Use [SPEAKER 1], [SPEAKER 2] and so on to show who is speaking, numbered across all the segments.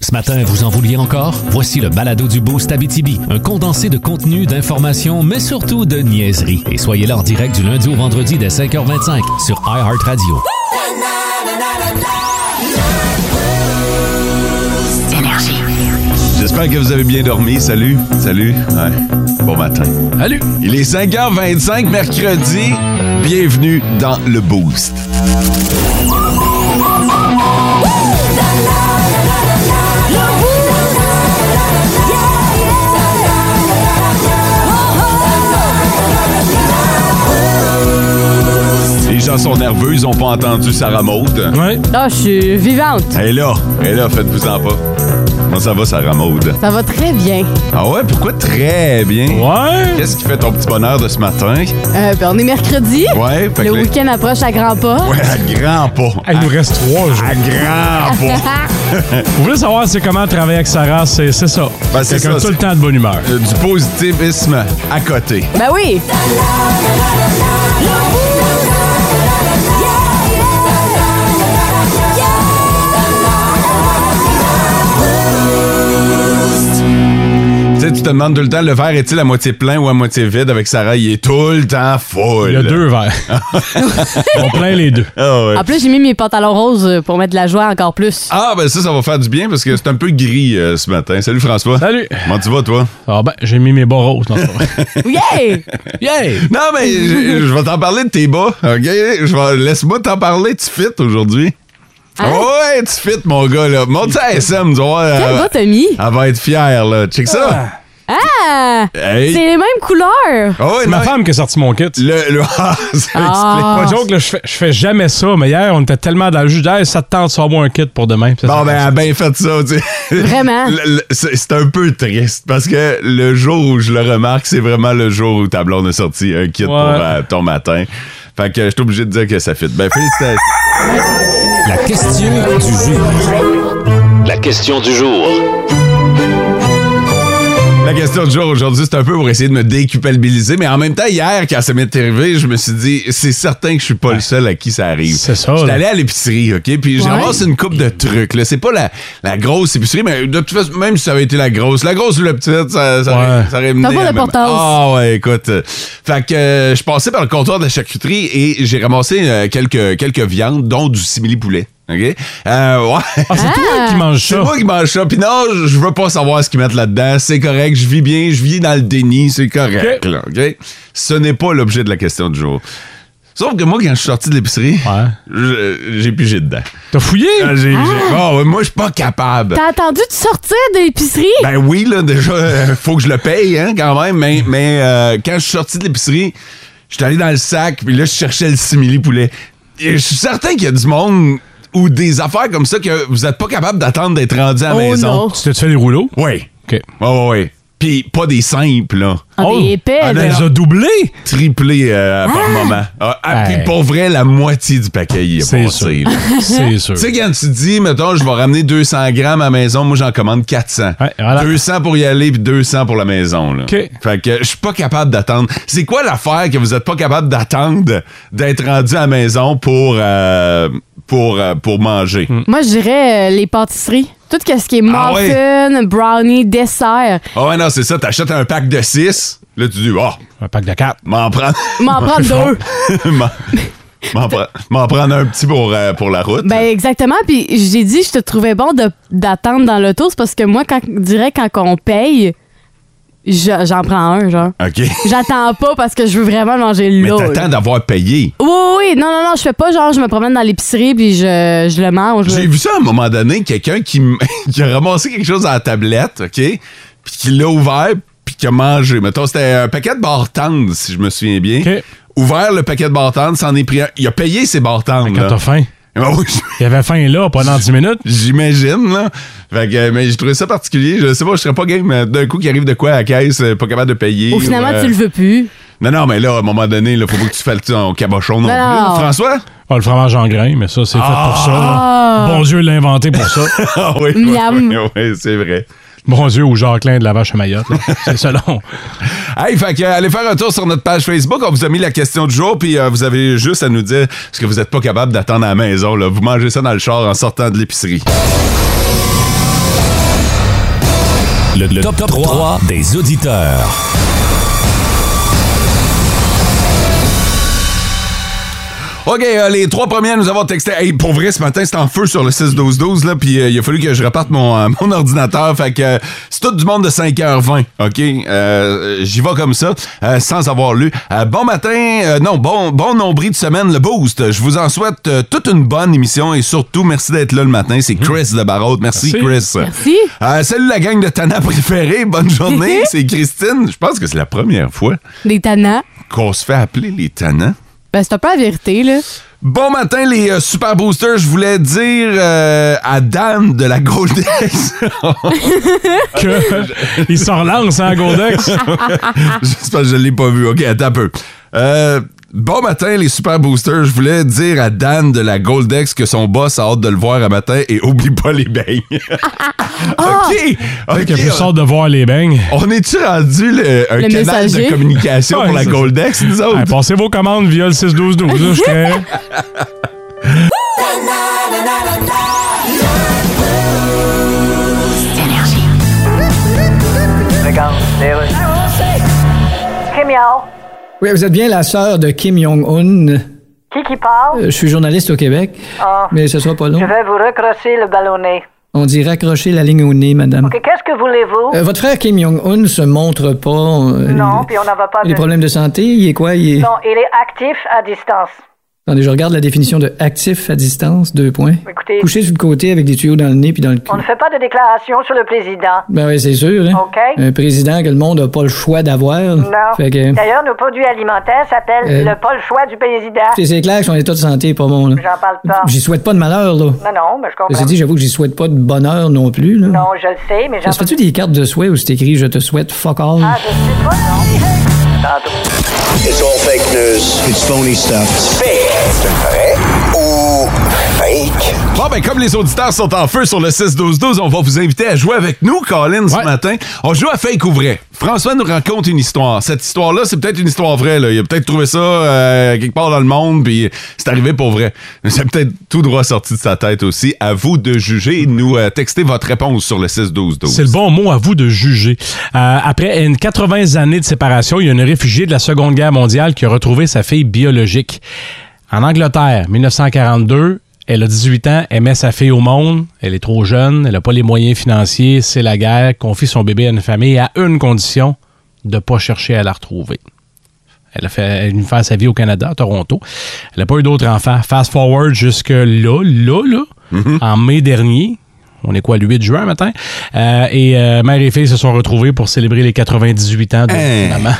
[SPEAKER 1] Ce matin, vous en vouliez encore? Voici le balado du Boost Abitibi, un condensé de contenu, d'informations, mais surtout de niaiseries. Et soyez là en direct du lundi au vendredi dès 5h25 sur iHeartRadio.
[SPEAKER 2] J'espère que vous avez bien dormi. Salut. Salut. Ouais. Bon matin.
[SPEAKER 1] Salut!
[SPEAKER 2] Il est 5h25, mercredi. Bienvenue dans le Boost. Les gens sont nerveux, ils n'ont pas entendu Sarah Maud.
[SPEAKER 3] Ouais.
[SPEAKER 4] Ah, je suis vivante.
[SPEAKER 2] Elle est là. Elle est là, faites-vous en pas. Comment ça va, Sarah Maud?
[SPEAKER 4] Ça va très bien.
[SPEAKER 2] Ah ouais, pourquoi très bien?
[SPEAKER 3] Ouais.
[SPEAKER 2] Qu'est-ce qui fait ton petit bonheur de ce matin?
[SPEAKER 4] Euh, ben, on est mercredi.
[SPEAKER 2] Ouais, fait que
[SPEAKER 4] Le
[SPEAKER 2] les-
[SPEAKER 4] week-end approche à grands pas.
[SPEAKER 2] Ouais, à grand pas.
[SPEAKER 3] Il nous reste trois jours.
[SPEAKER 2] À grand pas.
[SPEAKER 3] Vous voulez savoir c'est comment travailler avec Sarah, c'est c'est ça.
[SPEAKER 2] Ben, c'est
[SPEAKER 3] Quelqu'un
[SPEAKER 2] ça,
[SPEAKER 3] tout le
[SPEAKER 2] c'est-
[SPEAKER 3] temps de bonne humeur.
[SPEAKER 2] Euh, Du positivisme à côté.
[SPEAKER 4] Ben oui.
[SPEAKER 2] Tu sais, tu te demandes tout le temps, le verre est-il à moitié plein ou à moitié vide? Avec Sarah, il est tout le temps full.
[SPEAKER 3] Il y a deux verres. On plaint les deux.
[SPEAKER 2] Ah, ouais.
[SPEAKER 4] En plus, j'ai mis mes pantalons roses pour mettre de la joie encore plus.
[SPEAKER 2] Ah, ben ça, ça va faire du bien parce que c'est un peu gris euh, ce matin. Salut François.
[SPEAKER 3] Salut.
[SPEAKER 2] Comment tu vas, toi?
[SPEAKER 3] Ah ben, j'ai mis mes bas roses. Non, c'est pas vrai.
[SPEAKER 4] Yeah!
[SPEAKER 3] yeah!
[SPEAKER 2] Non, mais je je vais t'en parler de tes bas, OK? Je vais- Laisse-moi t'en parler, tu fit aujourd'hui.
[SPEAKER 4] Hein?
[SPEAKER 2] Ouais, tu fit, mon gars, là. Monte ça à SM, tu vois.
[SPEAKER 4] Quel
[SPEAKER 2] euh,
[SPEAKER 4] bas t'as mis?
[SPEAKER 2] Elle va être fière, là. Check ça.
[SPEAKER 4] Ah!
[SPEAKER 2] Hey.
[SPEAKER 4] C'est les mêmes couleurs!
[SPEAKER 2] Oh,
[SPEAKER 3] C'est ma femme qui a sorti mon kit.
[SPEAKER 2] Le, le... Ah, ça
[SPEAKER 4] Ah.
[SPEAKER 3] Pas de joke, là, je fais, je fais jamais ça, mais hier, on était tellement dans le jus d'air, ça te tente, sors-moi un kit pour demain. Puis ça,
[SPEAKER 2] Bon,
[SPEAKER 3] ça-
[SPEAKER 2] ben, elle a bien fait ça, tu sais.
[SPEAKER 4] Vraiment?
[SPEAKER 2] Le- le- C'est c'est un peu triste parce que le jour où je le remarque, c'est vraiment le jour où ta blonde a sorti un kit pour euh, ton matin. Fait que je suis obligé de dire que ça fit. Ben, félicitations.
[SPEAKER 1] La question du jour.
[SPEAKER 5] La question du jour.
[SPEAKER 2] La question du jour aujourd'hui, c'est un peu pour essayer de me déculpabiliser, mais en même temps, hier, quand ça m'est arrivé, je me suis dit, c'est certain que je suis pas le seul à qui ça arrive.
[SPEAKER 3] C'est ça,
[SPEAKER 2] J'étais
[SPEAKER 3] là.
[SPEAKER 2] allé à l'épicerie, OK? Puis j'ai
[SPEAKER 4] Ouais.
[SPEAKER 2] ramassé une coupe de trucs, là. C'est pas la, la grosse épicerie, mais de toute façon, même si ça avait été la grosse, la grosse ou la petite, ça, ça, aurait-
[SPEAKER 3] Ouais.
[SPEAKER 2] ça aurait
[SPEAKER 4] Ça a
[SPEAKER 2] mené
[SPEAKER 4] pas
[SPEAKER 2] à la même-
[SPEAKER 4] d'importance.
[SPEAKER 2] Ah ouais, écoute. euh, Fait que euh, je passais par le comptoir de la charcuterie et j'ai ramassé euh, quelques, quelques viandes, dont du simili-poulet. OK? Euh, ouais.
[SPEAKER 3] Ah, c'est toi qui manges
[SPEAKER 2] C'est
[SPEAKER 3] ça.
[SPEAKER 2] moi qui mange ça. Puis non, je- je veux pas savoir ce qu'ils mettent là-dedans. C'est correct. Je vis bien. Je vis dans le déni. C'est correct.
[SPEAKER 3] Ok.
[SPEAKER 2] là, OK? Ce n'est pas l'objet de la question du jour. Sauf que moi, quand je suis sorti de l'épicerie,
[SPEAKER 3] Ouais.
[SPEAKER 2] je- j'ai pigé dedans.
[SPEAKER 3] T'as fouillé?
[SPEAKER 2] Ah, j'ai- j'ai- Bon, ouais, moi, je suis pas capable.
[SPEAKER 4] T'as attendu de sortir de l'épicerie?
[SPEAKER 2] Ben oui, là, déjà, euh, faut que je le paye, hein, quand même. Mais, mais euh, quand je suis sorti de l'épicerie, je suis allé dans le sac, puis là, je cherchais le simili-poulet. Et je suis certain qu'il y a du monde ou des affaires comme ça que vous êtes pas capable d'attendre d'être rendu à la
[SPEAKER 4] Oh
[SPEAKER 2] maison.
[SPEAKER 4] non.
[SPEAKER 3] Tu t'es fait les rouleaux?
[SPEAKER 2] Oui.
[SPEAKER 3] OK.
[SPEAKER 2] Ouais, ouais, ouais. Puis pas des simples, là.
[SPEAKER 4] Ah,
[SPEAKER 3] Oh,
[SPEAKER 4] des épais,
[SPEAKER 3] Elle
[SPEAKER 4] là.
[SPEAKER 3] les a doublés?
[SPEAKER 2] Triplé euh, par moment. Ah, ah, puis
[SPEAKER 3] Hey.
[SPEAKER 2] pour vrai, la moitié du paquet y est
[SPEAKER 3] C'est
[SPEAKER 2] passé.
[SPEAKER 3] sûr.
[SPEAKER 2] là.
[SPEAKER 3] C'est sûr.
[SPEAKER 2] Tu sais, quand tu dis, mettons, je vais ramener 200 grammes à la maison, moi, j'en commande 400.
[SPEAKER 3] Ouais, voilà.
[SPEAKER 2] 200 pour y aller, puis 200 pour la maison. Là.
[SPEAKER 3] OK.
[SPEAKER 2] Fait que je suis pas capable d'attendre. C'est quoi l'affaire que vous êtes pas capable d'attendre d'être rendu à la maison pour, euh, pour, euh, pour manger?
[SPEAKER 3] Hmm.
[SPEAKER 4] Moi, je dirais euh, les pâtisseries. Tout ce qui est muffin,
[SPEAKER 2] Ah
[SPEAKER 4] brownie, dessert.
[SPEAKER 2] Ah ouais, non, c'est ça. T'achètes un pack de 6. Là, tu dis, oh,
[SPEAKER 3] Un pack de quatre.
[SPEAKER 2] m'en prendre.
[SPEAKER 4] M'en prendre deux.
[SPEAKER 2] M'en- M'en pre- m'en prendre un petit pour, euh, pour la route.
[SPEAKER 4] Ben exactement. Puis j'ai dit, je te trouvais bon de- d'attendre dans l'auto. C'est parce que moi, quand dirais quand on paye, je- j'en prends un, genre.
[SPEAKER 2] OK.
[SPEAKER 4] J'attends pas parce que je veux vraiment manger
[SPEAKER 2] Mais
[SPEAKER 4] l'autre.
[SPEAKER 2] t'attends d'avoir payé.
[SPEAKER 4] Oui, oui, oui. non, non, non, je fais pas genre, je me promène dans l'épicerie puis je, je le mange.
[SPEAKER 2] J'ai vu ça à un moment donné, quelqu'un qui, m- qui a ramassé quelque chose à la tablette, OK? Puis qui l'a ouvert, puis qui a mangé. Mettons, c'était un paquet de barres tendres, si je me souviens bien.
[SPEAKER 3] OK.
[SPEAKER 2] Ouvert le paquet de barres tendres, s'en est pris un. Il a payé ses barres tendres.
[SPEAKER 3] Quand
[SPEAKER 2] là.
[SPEAKER 3] t'as faim.
[SPEAKER 2] Ben oui, j-
[SPEAKER 3] Il avait faim là pendant 10 minutes.
[SPEAKER 2] J'imagine, là. Fait que, euh, mais j'ai trouvé ça particulier. Je sais pas, je serais pas game euh, d'un coup qui arrive de quoi à la caisse, euh, pas capable de payer.
[SPEAKER 4] Au
[SPEAKER 2] ou,
[SPEAKER 4] finalement,
[SPEAKER 2] euh,
[SPEAKER 4] tu le veux plus.
[SPEAKER 2] Non, non, mais là, à un moment donné, il faut pas que tu fasses ton cabochon
[SPEAKER 4] Non,
[SPEAKER 2] non, plus. hein,
[SPEAKER 4] non.
[SPEAKER 2] François?
[SPEAKER 3] Ah, le fromage en grain, mais ça, c'est fait pour ça. là. Bon Dieu l'a inventé pour ça.
[SPEAKER 2] Ah oui, oui,
[SPEAKER 4] Miam.
[SPEAKER 2] oui, oui, c'est vrai.
[SPEAKER 3] bon Dieu ou Jacqueline de la Vache à Mayotte. là. C'est selon.
[SPEAKER 2] Hey, fait que, euh, allez faire un tour sur notre page Facebook. On vous a mis la question du jour, puis euh, vous avez juste à nous dire ce que vous n'êtes pas capable d'attendre à la maison. Là. Vous mangez ça dans le char en sortant de l'épicerie.
[SPEAKER 1] le, le top, 3 des auditeurs.
[SPEAKER 2] OK, euh, les trois premiers à nous avons texté. Hey, pour vrai, ce matin, c'était en feu sur le 6-12-12, là, puis euh, il a fallu que je reparte mon, euh, mon ordinateur. Fait que euh, c'est tout du monde de 5h20, OK? Euh, J'y vais comme ça, euh, sans avoir lu. Euh, bon matin, euh, non, bon, bon nombril de semaine, le boost. Je vous en souhaite euh, toute une bonne émission et surtout, merci d'être là le matin. C'est Chris de Barraud. Merci,
[SPEAKER 3] Merci.
[SPEAKER 2] Chris.
[SPEAKER 4] Merci.
[SPEAKER 2] Euh, salut la gang de Tana préférée. Bonne journée. c'est Christine. Je pense que c'est la première fois
[SPEAKER 4] Des tannants.
[SPEAKER 2] qu'on se fait appeler les Tanans.
[SPEAKER 4] Ben, c'est un peu la vérité, là.
[SPEAKER 2] Bon matin, les euh, super boosters. Je voulais dire euh, à Dan de la Goldex.
[SPEAKER 3] Que... Il s'en relance, hein, Goldex?
[SPEAKER 2] J'espère que je l'ai pas vu. OK, attends un peu. Euh, bon matin, les super boosters. Je voulais dire à Dan de la Goldex que son boss a hâte de le voir à matin et oublie pas les beignes.
[SPEAKER 4] Ah!
[SPEAKER 2] OK.
[SPEAKER 3] Fait
[SPEAKER 2] OK.
[SPEAKER 3] qu'il a plus sorte de voir les beignes.
[SPEAKER 2] On est-tu rendu le- un
[SPEAKER 4] Le
[SPEAKER 2] canal
[SPEAKER 4] messager?
[SPEAKER 2] de communication
[SPEAKER 3] Ouais,
[SPEAKER 2] pour la
[SPEAKER 3] c'est ça.
[SPEAKER 2] Goldex, nous autres?
[SPEAKER 3] Hey, passez vos commandes via le 6-12-12. là, j'étais-
[SPEAKER 6] Kim Yao.
[SPEAKER 7] Oui, vous êtes bien la sœur de Kim Jong-un.
[SPEAKER 6] Qui qui parle?
[SPEAKER 7] Euh, Je suis journaliste au Québec,
[SPEAKER 6] Ah.
[SPEAKER 7] mais ce sera pas
[SPEAKER 6] Je
[SPEAKER 7] long.
[SPEAKER 6] vais vous recrosser le ballonnet.
[SPEAKER 7] On dit raccrocher la ligne au nez, madame.
[SPEAKER 6] Que- Qu'est-ce que voulez-vous?
[SPEAKER 7] Euh, votre frère Kim Jong-un se montre pas. euh,
[SPEAKER 6] non,
[SPEAKER 7] il-
[SPEAKER 6] puis on n'en va
[SPEAKER 7] il
[SPEAKER 6] pas
[SPEAKER 7] a
[SPEAKER 6] de...
[SPEAKER 7] des problèmes de santé, il est quoi? Il est...
[SPEAKER 6] Non, il est actif à distance.
[SPEAKER 7] Attendez, je regarde la définition de actif à distance, deux points.
[SPEAKER 6] Écoutez-
[SPEAKER 7] Couché sur le côté avec des tuyaux dans le nez puis dans le cul.
[SPEAKER 6] On ne fait pas de déclaration sur le président.
[SPEAKER 7] Ben oui, c'est sûr, hein?
[SPEAKER 6] OK.
[SPEAKER 7] Un président que le monde n'a pas le choix d'avoir.
[SPEAKER 6] Non.
[SPEAKER 7] Fait que...
[SPEAKER 6] D'ailleurs, nos produits alimentaires s'appellent
[SPEAKER 7] Euh.
[SPEAKER 6] le Paul Choix du président.
[SPEAKER 7] C'est- C'est clair que son état de santé est pas bon, là.
[SPEAKER 6] J'en parle pas.
[SPEAKER 7] J'y souhaite pas de malheur, là.
[SPEAKER 6] Non, non, mais je comprends.
[SPEAKER 7] Ceci dit, j'avoue que j'y souhaite pas de bonheur non plus, là.
[SPEAKER 6] Non, je le sais, mais j'en
[SPEAKER 7] Ça se fait-tu des cartes de souhait où c'est écrit Je te souhaite fuck all?
[SPEAKER 6] Ah, je sais pas, non.
[SPEAKER 8] It's all fake news. It's phony stuff. It's fake. Vrai ou fake?
[SPEAKER 2] Bon, ben, comme les auditeurs sont en feu sur le 6-12-12, on va vous inviter à jouer avec nous, Colin, ce
[SPEAKER 3] Ouais.
[SPEAKER 2] matin. On joue à fake ou vrai. François nous raconte une histoire. Cette histoire-là, c'est peut-être une histoire vraie. Là. Il a peut-être trouvé ça euh, quelque part dans le monde, puis c'est arrivé pour vrai. Mais C'est peut-être tout droit sorti de sa tête aussi. À vous de juger et de nous euh, texter votre réponse sur le 6-12-12.
[SPEAKER 3] C'est le bon mot à vous de juger. Euh, après une 80 années de séparation, il y a une réfugiée de la Seconde Guerre mondiale qui a retrouvé sa fille biologique. En Angleterre, 1942, elle a 18 ans, elle met sa fille au monde, elle est trop jeune, elle n'a pas les moyens financiers, c'est la guerre, confie son bébé à une famille à une condition, de ne pas chercher à la retrouver. Elle a fait elle est venue faire sa vie au Canada, à Toronto. Elle n'a pas eu d'autres enfants. Fast forward jusque là, là, là,
[SPEAKER 2] Mhm.
[SPEAKER 3] en mai dernier. On est quoi, le 8 juin matin? Euh, et euh, mère et fille se sont retrouvées pour célébrer les 98 ans de
[SPEAKER 2] Hey.
[SPEAKER 3] maman.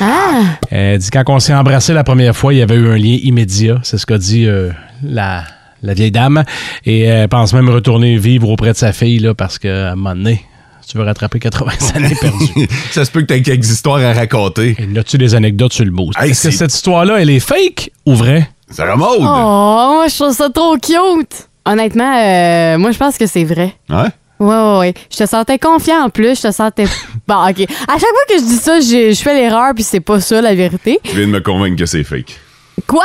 [SPEAKER 4] Ah!
[SPEAKER 3] Elle dit quand on s'est embrassé la première fois, il y avait eu un lien immédiat. C'est ce qu'a dit euh, la, la vieille dame. Et euh, elle pense même retourner vivre auprès de sa fille là, parce qu'à un moment donné, si tu veux rattraper 80 années perdues.
[SPEAKER 2] Ça se peut que t'aies quelques histoires à raconter.
[SPEAKER 3] Et As-tu des anecdotes sur le boost?
[SPEAKER 2] Hey,
[SPEAKER 3] Est-ce que
[SPEAKER 2] c'est-
[SPEAKER 3] cette histoire-là, elle est fake ou vraie?
[SPEAKER 2] Ça remonte.
[SPEAKER 4] Oh, moi, je trouve ça trop cute! Honnêtement, euh, moi, je pense que c'est vrai.
[SPEAKER 2] Hein?
[SPEAKER 4] Ouais, ouais, ouais. Je te sentais confiant en plus. Je te sentais. Bon, OK. À chaque fois que je dis ça, j'ai- je fais l'erreur, puis c'est pas ça la vérité.
[SPEAKER 2] Tu viens de me convaincre que c'est fake.
[SPEAKER 4] Quoi?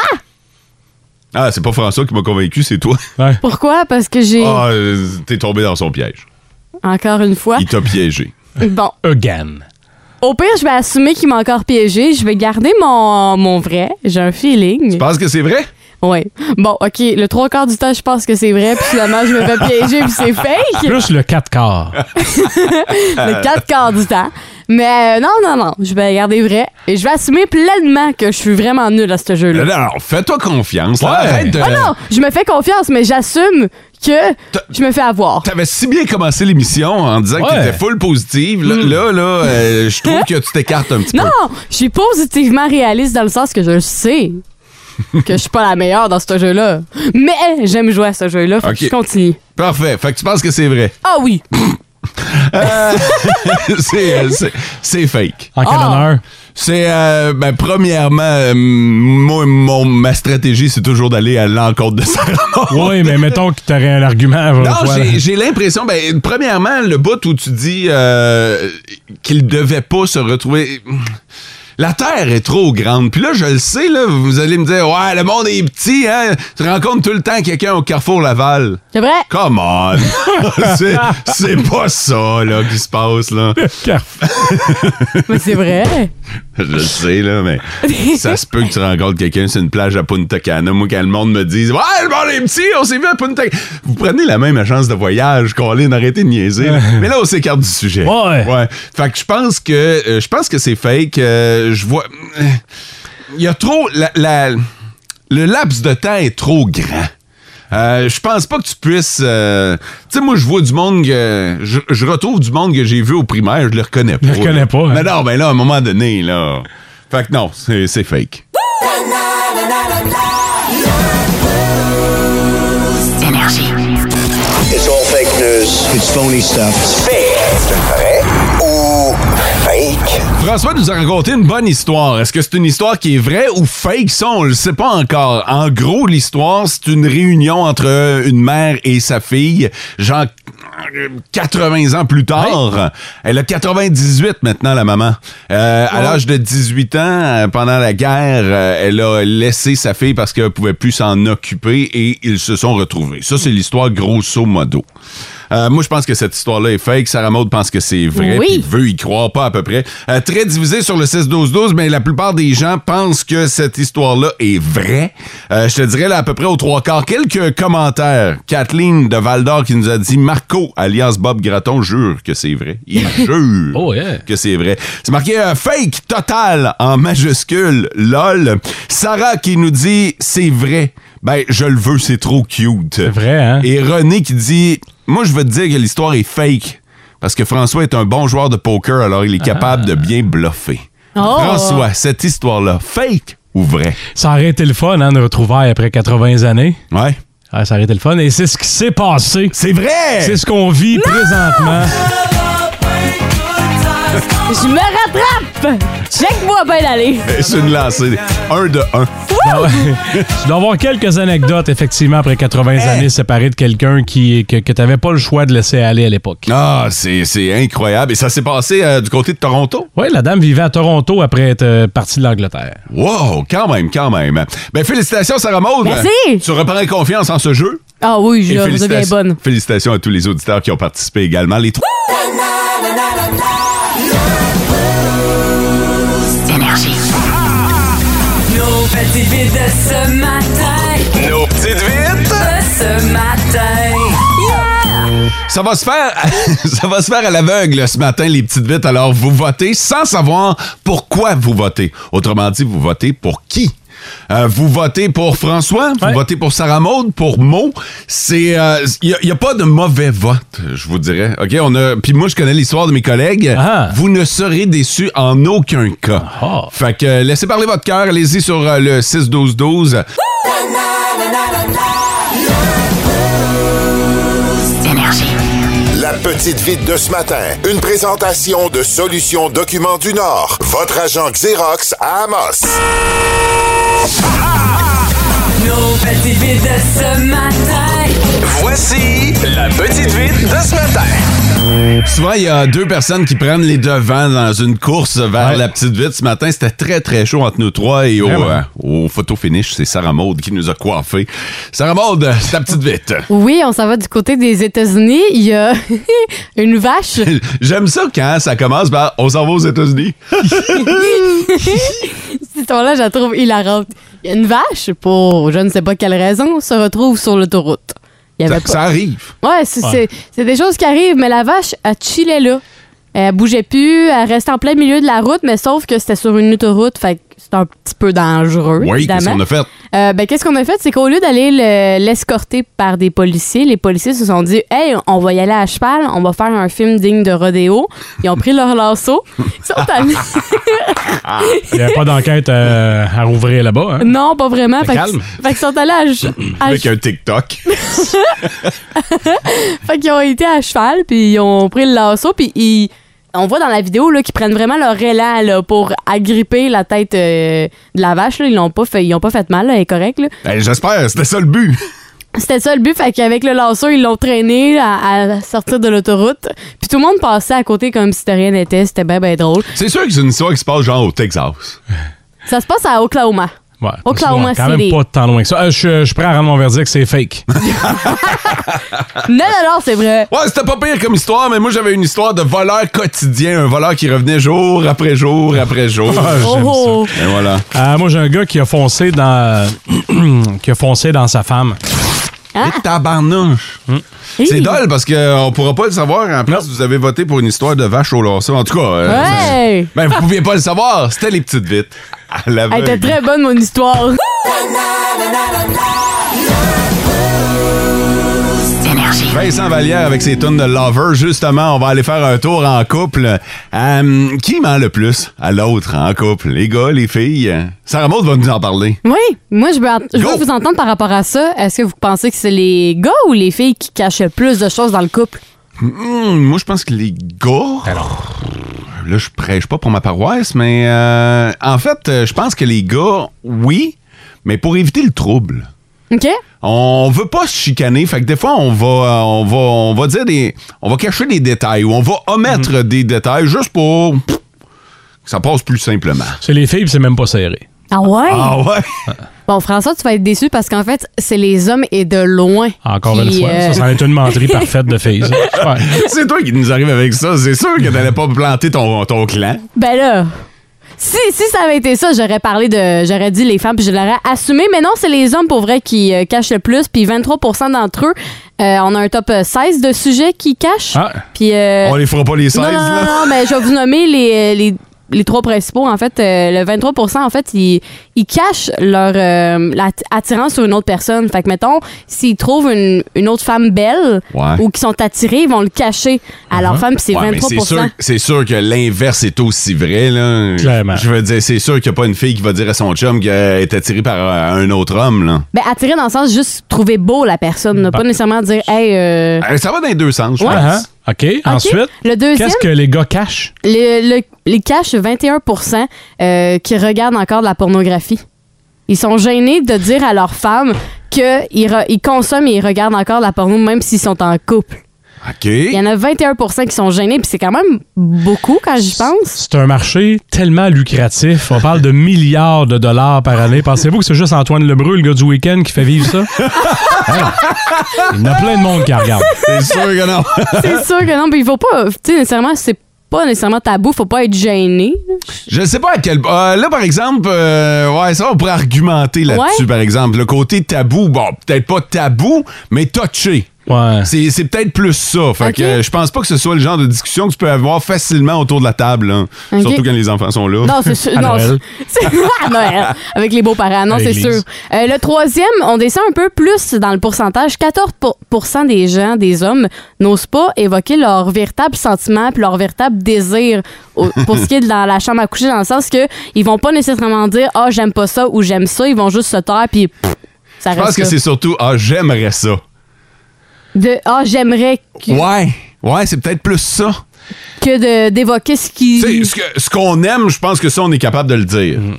[SPEAKER 2] Ah, c'est pas François qui m'a convaincu, c'est toi.
[SPEAKER 4] Pourquoi? Parce que j'ai.
[SPEAKER 2] Ah, euh, t'es tombé dans son piège.
[SPEAKER 4] Encore une fois.
[SPEAKER 2] Il t'a piégé.
[SPEAKER 4] Bon.
[SPEAKER 3] Again.
[SPEAKER 4] Au pire, je vais assumer qu'il m'a encore piégé. Je vais garder mon, mon vrai. J'ai un feeling.
[SPEAKER 2] Tu penses que c'est vrai?
[SPEAKER 4] Ouais. Bon, OK. Le trois quarts du temps, je pense que c'est vrai, puis finalement, je me fais piéger, puis c'est fake.
[SPEAKER 3] Plus le 4 quarts.
[SPEAKER 4] Le quatre quarts du temps. Mais euh, non, non, non. Je vais garder vrai. Et je vais assumer pleinement que je suis vraiment nulle à ce jeu-là.
[SPEAKER 2] Alors, fais-toi confiance. là.
[SPEAKER 3] Ouais.
[SPEAKER 2] Arrête de-
[SPEAKER 4] Ah non, je me fais confiance, mais j'assume que je me fais avoir.
[SPEAKER 2] T'avais si bien commencé l'émission en disant que
[SPEAKER 3] Ouais.
[SPEAKER 2] t'étais full positive. Là, là, là, euh, je trouve que tu t'écartes un petit
[SPEAKER 4] Non, je suis positivement réaliste dans le sens que je le sais que je suis pas la meilleure dans ce jeu-là. Mais j'aime jouer à ce jeu-là, fait
[SPEAKER 2] Ok.
[SPEAKER 4] que je continue.
[SPEAKER 2] peu. Parfait. Fait que tu penses que c'est vrai.
[SPEAKER 4] Ah oui,
[SPEAKER 2] c'est, euh, c'est- c'est fake.
[SPEAKER 3] En quel
[SPEAKER 4] Ah.
[SPEAKER 3] honneur?
[SPEAKER 2] C'est, euh, ben, premièrement, euh, moi, mon, ma stratégie, c'est toujours d'aller à l'encontre de ça.
[SPEAKER 3] Oui, mais mettons que t'aurais un argument.
[SPEAKER 2] Non,
[SPEAKER 3] voilà.
[SPEAKER 2] j'ai, j'ai l'impression, ben, premièrement, le bout où tu dis euh, qu'il devait pas se retrouver. La Terre est trop grande. Puis là, je le sais, là, vous allez me dire, ouais, le monde est petit, hein. Tu rencontres tout le temps quelqu'un au Carrefour Laval.
[SPEAKER 4] C'est vrai?
[SPEAKER 2] Come on! c'est, c'est pas ça, là, qui se passe, là.
[SPEAKER 4] Mais c'est vrai.
[SPEAKER 2] Je le sais, là, mais ça se peut que tu rencontres quelqu'un sur une plage à Punta Cana. Moi, quand le monde me dise Ouais, le monde est petit, on s'est vu à Punta Cana. Vous prenez la même agence de voyage, Colin, arrêtez de niaiser. là. mais là, on s'écarte du sujet.
[SPEAKER 3] Ouais.
[SPEAKER 2] Fait que je pense que, euh, je pense que c'est fake. Euh, je vois. Il y a trop. la- la- le laps de temps est trop grand. Euh, je pense pas que tu puisses. euh, Tu sais, moi, je vois du monde que. Je, je retrouve du monde que j'ai vu au primaire, je le reconnais pas.
[SPEAKER 3] le reconnais pas, hein.
[SPEAKER 2] Mais non, ben là, à un moment donné, là. Fait que non, c'est c'est fake.
[SPEAKER 8] It's all fake news. It's phony stuff. It's fake. C'est vrai ou fake?
[SPEAKER 2] François nous a raconté une bonne histoire. Est-ce que c'est une histoire qui est vraie ou fake? Ça, on le sait pas encore. En gros, l'histoire, c'est une réunion entre une mère et sa fille, genre euh, 80 ans plus tard. Elle a 98 maintenant, la maman. Euh, À l'âge de 18 ans, euh, pendant la guerre, euh, elle a laissé sa fille parce qu'elle pouvait plus s'en occuper et ils se sont retrouvés. Ça, c'est l'histoire grosso modo. Euh, moi, je pense que cette histoire-là est fake. Sarah Maud pense que c'est vrai.
[SPEAKER 4] Oui.
[SPEAKER 2] puis veut y croire pas à peu près. Euh, très divisé sur le 6-12-12, mais la plupart des gens pensent que cette histoire-là est vraie. Euh, je te dirais là à peu près aux trois quarts. Quelques commentaires. Kathleen de Val d'Or qui nous a dit Marco, alias Bob Gratton, jure que c'est vrai. Il jure
[SPEAKER 3] Oh, yeah.
[SPEAKER 2] que c'est vrai. C'est marqué euh, fake total en majuscule. LOL. Sarah qui nous dit c'est vrai. Ben, je le veux, c'est trop cute. C'est
[SPEAKER 3] vrai, hein?
[SPEAKER 2] et René qui dit Moi, je veux te dire que l'histoire est fake. Parce que François est un bon joueur de poker, alors il est capable de bien bluffer.
[SPEAKER 4] Oh!
[SPEAKER 2] François, cette histoire-là, fake ou vrai?
[SPEAKER 3] Ça aurait été le fun, hein, de retrouvailles après 80 années.
[SPEAKER 2] Ouais.
[SPEAKER 3] Ah, ça aurait été le fun. Et c'est ce qui s'est passé.
[SPEAKER 2] C'est vrai!
[SPEAKER 3] C'est ce qu'on vit présentement.
[SPEAKER 4] Je me rattrape! Check-moi bien aller.
[SPEAKER 2] C'est une lancée. Un de un.
[SPEAKER 3] Tu dois avoir quelques anecdotes, effectivement, après 80 années séparées de quelqu'un qui, que, que t'avais pas le choix de laisser aller à l'époque.
[SPEAKER 2] Ah, c'est c'est incroyable. Et ça s'est passé euh, du côté de Toronto?
[SPEAKER 3] Oui, la dame vivait à Toronto après être euh, partie de l'Angleterre.
[SPEAKER 2] Wow, quand même, quand même. Ben, félicitations, Sarah Maud.
[SPEAKER 4] Merci.
[SPEAKER 2] Tu reprends confiance en ce jeu.
[SPEAKER 4] Ah oui,
[SPEAKER 2] Et
[SPEAKER 4] je vous bien
[SPEAKER 2] félicitations-
[SPEAKER 4] bonne.
[SPEAKER 2] Félicitations à tous les auditeurs qui ont participé également. Les trois.
[SPEAKER 9] Nos petites vites de ce matin,
[SPEAKER 2] Nos petites vites!
[SPEAKER 9] de ce matin.
[SPEAKER 2] Ça va se faire, ça va se faire à l'aveugle ce matin, les petites vites. Alors, vous votez sans savoir pourquoi vous votez. Autrement dit, vous votez pour qui? Euh, vous votez pour François, vous
[SPEAKER 3] Ouais.
[SPEAKER 2] votez pour Sarah Maud, pour Mo. C'est, il n'y a, pas de mauvais vote, je vous dirais. Ok, on a. Puis moi, je connais l'histoire de mes collègues.
[SPEAKER 3] Ah.
[SPEAKER 2] Vous ne serez déçus en aucun cas.
[SPEAKER 3] Ah.
[SPEAKER 2] Fait que euh, laissez parler votre cœur. Allez-y sur euh, le 6 12 12.
[SPEAKER 10] La petite vite de ce matin. Une présentation de Solutions Documents du Nord. Votre agent Xerox à Amos.
[SPEAKER 9] Nos petites vites de ce matin,
[SPEAKER 8] Voici la petite vite de ce matin.
[SPEAKER 2] Souvent, il y a deux personnes qui prennent les devants dans une course vers
[SPEAKER 3] Ouais.
[SPEAKER 2] la petite vite. Ce matin, c'était très, très chaud entre nous trois et au,
[SPEAKER 3] Vraiment.
[SPEAKER 2] euh, au photo finish, c'est Sarah Maud qui nous a coiffés. Sarah Maud, euh, ta petite vite.
[SPEAKER 4] Oui, on s'en va du côté des États-Unis. Il y a une vache.
[SPEAKER 2] J'aime ça quand ça commence par on s'en va aux États-Unis.
[SPEAKER 4] Cette histoire-là, je la trouve hilarante. Il y a une vache, pour je ne sais pas quelle raison, se retrouve sur l'autoroute. Il y
[SPEAKER 2] Ça,
[SPEAKER 4] avait pas.
[SPEAKER 2] ça arrive.
[SPEAKER 4] Ouais, c'est c'est- c'est des choses qui arrivent, mais la vache, elle chillait là. Elle bougeait plus, elle restait en plein milieu de la route, mais sauf que c'était sur une autoroute, fait que c'est un petit peu dangereux,
[SPEAKER 2] Oui, qu'est-ce
[SPEAKER 4] évidemment.
[SPEAKER 2] qu'on a fait?
[SPEAKER 4] Euh, ben, qu'est-ce qu'on a fait? C'est qu'au lieu d'aller le- l'escorter par des policiers, les policiers se sont dit Hey, on va y aller à cheval, on va faire un film digne de rodéo. Ils ont pris leur lasso. Ils sont allés.
[SPEAKER 3] Il n'y avait pas d'enquête euh, à rouvrir là-bas. hein?
[SPEAKER 4] non, pas vraiment. Fait,
[SPEAKER 3] Fait calme.
[SPEAKER 4] que- fait qu'ils sont allés à, che- à
[SPEAKER 2] Avec un TikTok.
[SPEAKER 4] Fait qu'ils ont été à cheval, puis ils ont pris le lasso, puis ils... On voit dans la vidéo là, qu'ils prennent vraiment leur élan là, pour agripper la tête euh, de la vache. Là. Ils l'ont pas fait, ils ont pas fait mal, là, elle est correcte, là.
[SPEAKER 2] Ben, J'espère, c'était ça le but.
[SPEAKER 4] C'était ça le but, fait qu'avec le lasso, ils l'ont traîné à, à sortir de l'autoroute. Puis tout le monde passait à côté comme si de rien n'était, c'était bien ben drôle.
[SPEAKER 2] C'est sûr que c'est une histoire qui se passe genre au Texas.
[SPEAKER 4] Ça se passe à Oklahoma.
[SPEAKER 3] Ouais,
[SPEAKER 4] Oklahoma
[SPEAKER 3] quand même
[SPEAKER 4] City.
[SPEAKER 3] pas tant loin que ça. Euh, je suis- je suis prêt à rendre mon verdict, c'est fake.
[SPEAKER 4] Non, non, non, c'est vrai.
[SPEAKER 2] Ouais, c'était pas pire comme histoire, mais moi j'avais une histoire de voleur quotidien, un voleur qui revenait jour après jour après jour.
[SPEAKER 4] Oh, oh.
[SPEAKER 2] Et voilà.
[SPEAKER 3] Euh, moi, j'ai un gars qui a foncé dans, qui a foncé dans sa femme.
[SPEAKER 4] Ah.
[SPEAKER 2] Et tabarnouche. C'est
[SPEAKER 4] Hi.
[SPEAKER 2] dole parce qu'on pourra pas le savoir. En plus, vous avez voté pour une histoire de vache au lasso. En tout cas, euh,
[SPEAKER 4] Ouais.
[SPEAKER 2] ben, vous pouviez pas le savoir. C'était les petites vites. À
[SPEAKER 4] Elle
[SPEAKER 2] l'aveugle.
[SPEAKER 4] était très bonne, mon histoire.
[SPEAKER 2] Vincent Vallière avec ses tonnes de Lover. Justement, on va aller faire un tour en couple. Euh, qui ment le plus à l'autre en couple? Les gars, les filles? Sarah Maud va nous en parler.
[SPEAKER 4] Oui, moi, je veux, ent- je veux
[SPEAKER 2] Go.
[SPEAKER 4] vous entendre par rapport à ça. Est-ce que vous pensez que c'est les gars ou les filles qui cachent le plus de choses dans le couple?
[SPEAKER 2] Hmm, moi, je pense que les gars.
[SPEAKER 4] Ben
[SPEAKER 2] Là, je prêche pas pour ma paroisse, mais euh, en fait, euh, je pense que les gars, oui, mais pour éviter le trouble.
[SPEAKER 4] OK?
[SPEAKER 2] On veut pas se chicaner, fait que des fois on va euh, on va on va dire des on va cacher des détails ou on va omettre
[SPEAKER 4] Mhm.
[SPEAKER 2] des détails juste pour pff, que ça passe plus simplement.
[SPEAKER 3] C'est les filles, puis c'est même pas serré.
[SPEAKER 4] Ah ouais?
[SPEAKER 2] Ah ouais.
[SPEAKER 4] Bon, François, tu vas être déçu parce qu'en fait, c'est les hommes et de loin.
[SPEAKER 3] Encore
[SPEAKER 4] qui,
[SPEAKER 3] une fois,
[SPEAKER 4] euh,
[SPEAKER 3] ça, ça va être une menterie parfaite de filles. ça. Ouais.
[SPEAKER 2] C'est toi qui nous arrive avec ça, c'est sûr que t'allais pas planter ton ton clan.
[SPEAKER 4] Ben là. Si, si ça avait été ça, j'aurais parlé de. J'aurais dit les femmes, puis je l'aurais assumé. Mais non, c'est les hommes pour vrai qui euh, cachent le plus. Puis 23 d'entre eux, euh, on a un top euh, 16 de sujets qui cachent.
[SPEAKER 3] Ah.
[SPEAKER 4] Puis. euh,
[SPEAKER 2] On les fera pas les 16
[SPEAKER 4] non, non, non,
[SPEAKER 2] là.
[SPEAKER 4] non, mais je vais vous nommer les, euh, les, les trois principaux. En fait, euh, le 23 en fait, ils, ils cachent leur euh, la- attirance sur une autre personne. Fait que, mettons, s'ils trouvent une, une autre femme belle
[SPEAKER 2] Ouais. Uh-huh.
[SPEAKER 4] ou qui sont attirés, ils vont le cacher à leur femme, puis c'est
[SPEAKER 2] Ouais, mais
[SPEAKER 4] 23
[SPEAKER 2] c'est sûr, c'est sûr que l'inverse est aussi vrai. Là.
[SPEAKER 3] Clairement.
[SPEAKER 2] Je veux dire, c'est sûr qu'il n'y a pas une fille qui va dire à son chum qu'elle est attirée par euh, un autre homme. Là.
[SPEAKER 4] Ben, attirer dans le sens juste trouver beau la personne,
[SPEAKER 2] Ben,
[SPEAKER 4] là, pas nécessairement dire, hey, euh,
[SPEAKER 2] Euh, Ça va dans les deux sens, je
[SPEAKER 3] Ah,
[SPEAKER 2] pense.
[SPEAKER 3] ah. OK. Ensuite,
[SPEAKER 4] Le deuxième-
[SPEAKER 3] qu'est-ce que les gars cachent?
[SPEAKER 4] le- le- les caches, 21 euh, qui regardent encore de la pornographie. Ils sont gênés de dire à leur femme qu'ils ils consomment et ils regardent encore de la porno, même s'ils sont en couple.
[SPEAKER 2] OK.
[SPEAKER 4] Uh-huh. Il y en a 21 qui sont gênés, puis c'est quand même beaucoup quand j'y pense.
[SPEAKER 3] C'est un marché tellement lucratif. On parle de milliards de dollars par année. Pensez-vous que c'est juste Antoine Lebreu, le gars du week-end, qui fait vivre ça?
[SPEAKER 4] Ah.
[SPEAKER 3] Voilà. Il y en a plein de monde qui regarde.
[SPEAKER 2] C'est sûr que non.
[SPEAKER 4] C'est sûr que non, mais il faut pas, tu sais, nécessairement, c'est pas nécessairement tabou, faut pas être gêné.
[SPEAKER 2] je sais pas à quel euh, là, par exemple, euh, ouais, ça, on pourrait argumenter là-dessus,
[SPEAKER 4] Ouais.
[SPEAKER 2] par exemple. Le côté tabou, bon, peut-être pas tabou, mais touché.
[SPEAKER 3] Ouais.
[SPEAKER 2] C'est c'est peut-être plus ça. Fait
[SPEAKER 4] OK.
[SPEAKER 2] que euh, je pense pas que ce soit le genre de discussion que tu peux avoir facilement autour de la table. là.
[SPEAKER 4] OK.
[SPEAKER 2] Surtout quand les enfants sont là.
[SPEAKER 4] Non, c'est sûr.
[SPEAKER 3] À
[SPEAKER 4] non,
[SPEAKER 3] Noël.
[SPEAKER 4] c'est- c'est- à Noël. Avec les beaux-parents, non,
[SPEAKER 3] À
[SPEAKER 4] c'est sûr.
[SPEAKER 3] l'église.
[SPEAKER 4] Euh, le troisième, on descend un peu plus dans le pourcentage. 14 pour- des gens, des hommes, n'osent pas évoquer leur véritable sentiment puis leur véritable désir au- pour ce qui est de dans la chambre à coucher, dans le sens que ils vont pas nécessairement dire « Ah, j'aime pas ça » ou « J'aime ça », ils vont juste se taire puis pff, ça
[SPEAKER 2] je pense
[SPEAKER 4] reste
[SPEAKER 2] que
[SPEAKER 4] là.
[SPEAKER 2] c'est surtout Ah, j'aimerais ça.
[SPEAKER 4] De « Ah, j'aimerais que,
[SPEAKER 2] Ouais. Ouais, c'est peut-être plus ça.
[SPEAKER 4] que de- d'évoquer ce qui... »
[SPEAKER 2] Tu sais, ce que- ce qu'on aime, je pense que ça, on est capable de le dire.
[SPEAKER 4] Hmm.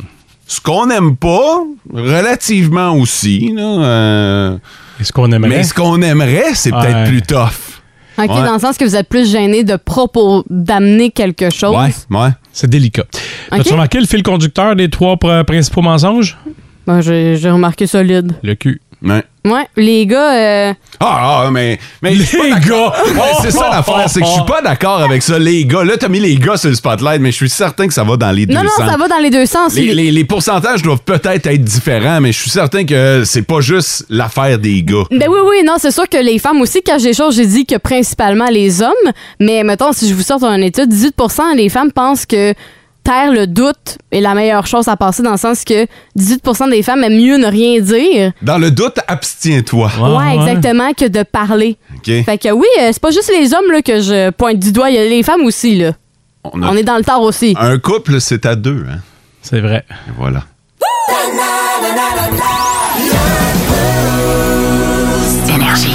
[SPEAKER 2] Ce qu'on n'aime pas, relativement aussi, là, euh,
[SPEAKER 3] Est-ce qu'on
[SPEAKER 4] Ben
[SPEAKER 3] aimerait?
[SPEAKER 2] mais ce qu'on aimerait, c'est peut-être
[SPEAKER 3] Ouais.
[SPEAKER 2] plus tough.
[SPEAKER 4] Ok,
[SPEAKER 2] Ouais.
[SPEAKER 4] dans le sens que vous êtes plus gêné de propos d'amener quelque chose.
[SPEAKER 2] Ouais, ouais.
[SPEAKER 3] C'est délicat.
[SPEAKER 4] OK.
[SPEAKER 3] As-tu remarqué le fil conducteur des trois pr- principaux mensonges?
[SPEAKER 4] Bon, j'ai j'ai remarqué solide.
[SPEAKER 3] Le cul.
[SPEAKER 2] ouais.
[SPEAKER 4] Ouais, les gars, euh,
[SPEAKER 2] Ah, ah, mais. mais je suis pas
[SPEAKER 3] Les
[SPEAKER 2] d'accord.
[SPEAKER 3] gars!
[SPEAKER 2] Ouais, c'est ça l'affaire, c'est que je suis pas d'accord avec ça, les gars. Là, t'as mis les gars sur le spotlight, mais je suis certain que ça va dans les deux
[SPEAKER 4] non, non,
[SPEAKER 2] sens.
[SPEAKER 4] ça va dans les deux sens.
[SPEAKER 2] Les, les- les pourcentages doivent peut-être être différents, mais je suis certain que c'est pas juste l'affaire des gars.
[SPEAKER 4] Ben oui, oui, non, c'est sûr que les femmes aussi cachent des choses. J'ai dit que principalement les hommes, mais mettons, si je vous sorte une étude, 18 des femmes pensent que taire le doute est la meilleure chose à passer dans le sens que 18 des femmes aiment mieux ne rien dire.
[SPEAKER 2] Dans le doute, abstiens-toi.
[SPEAKER 3] Ah,
[SPEAKER 4] ouais,
[SPEAKER 3] ouais.
[SPEAKER 4] exactement, que de parler.
[SPEAKER 2] OK?
[SPEAKER 4] Fait que oui, euh, c'est pas juste les hommes là, que je pointe du doigt, il y a les femmes aussi, là.
[SPEAKER 2] On a-
[SPEAKER 4] On est dans le tard aussi.
[SPEAKER 2] Un couple, c'est à deux, hein?
[SPEAKER 3] C'est vrai.
[SPEAKER 2] Et voilà.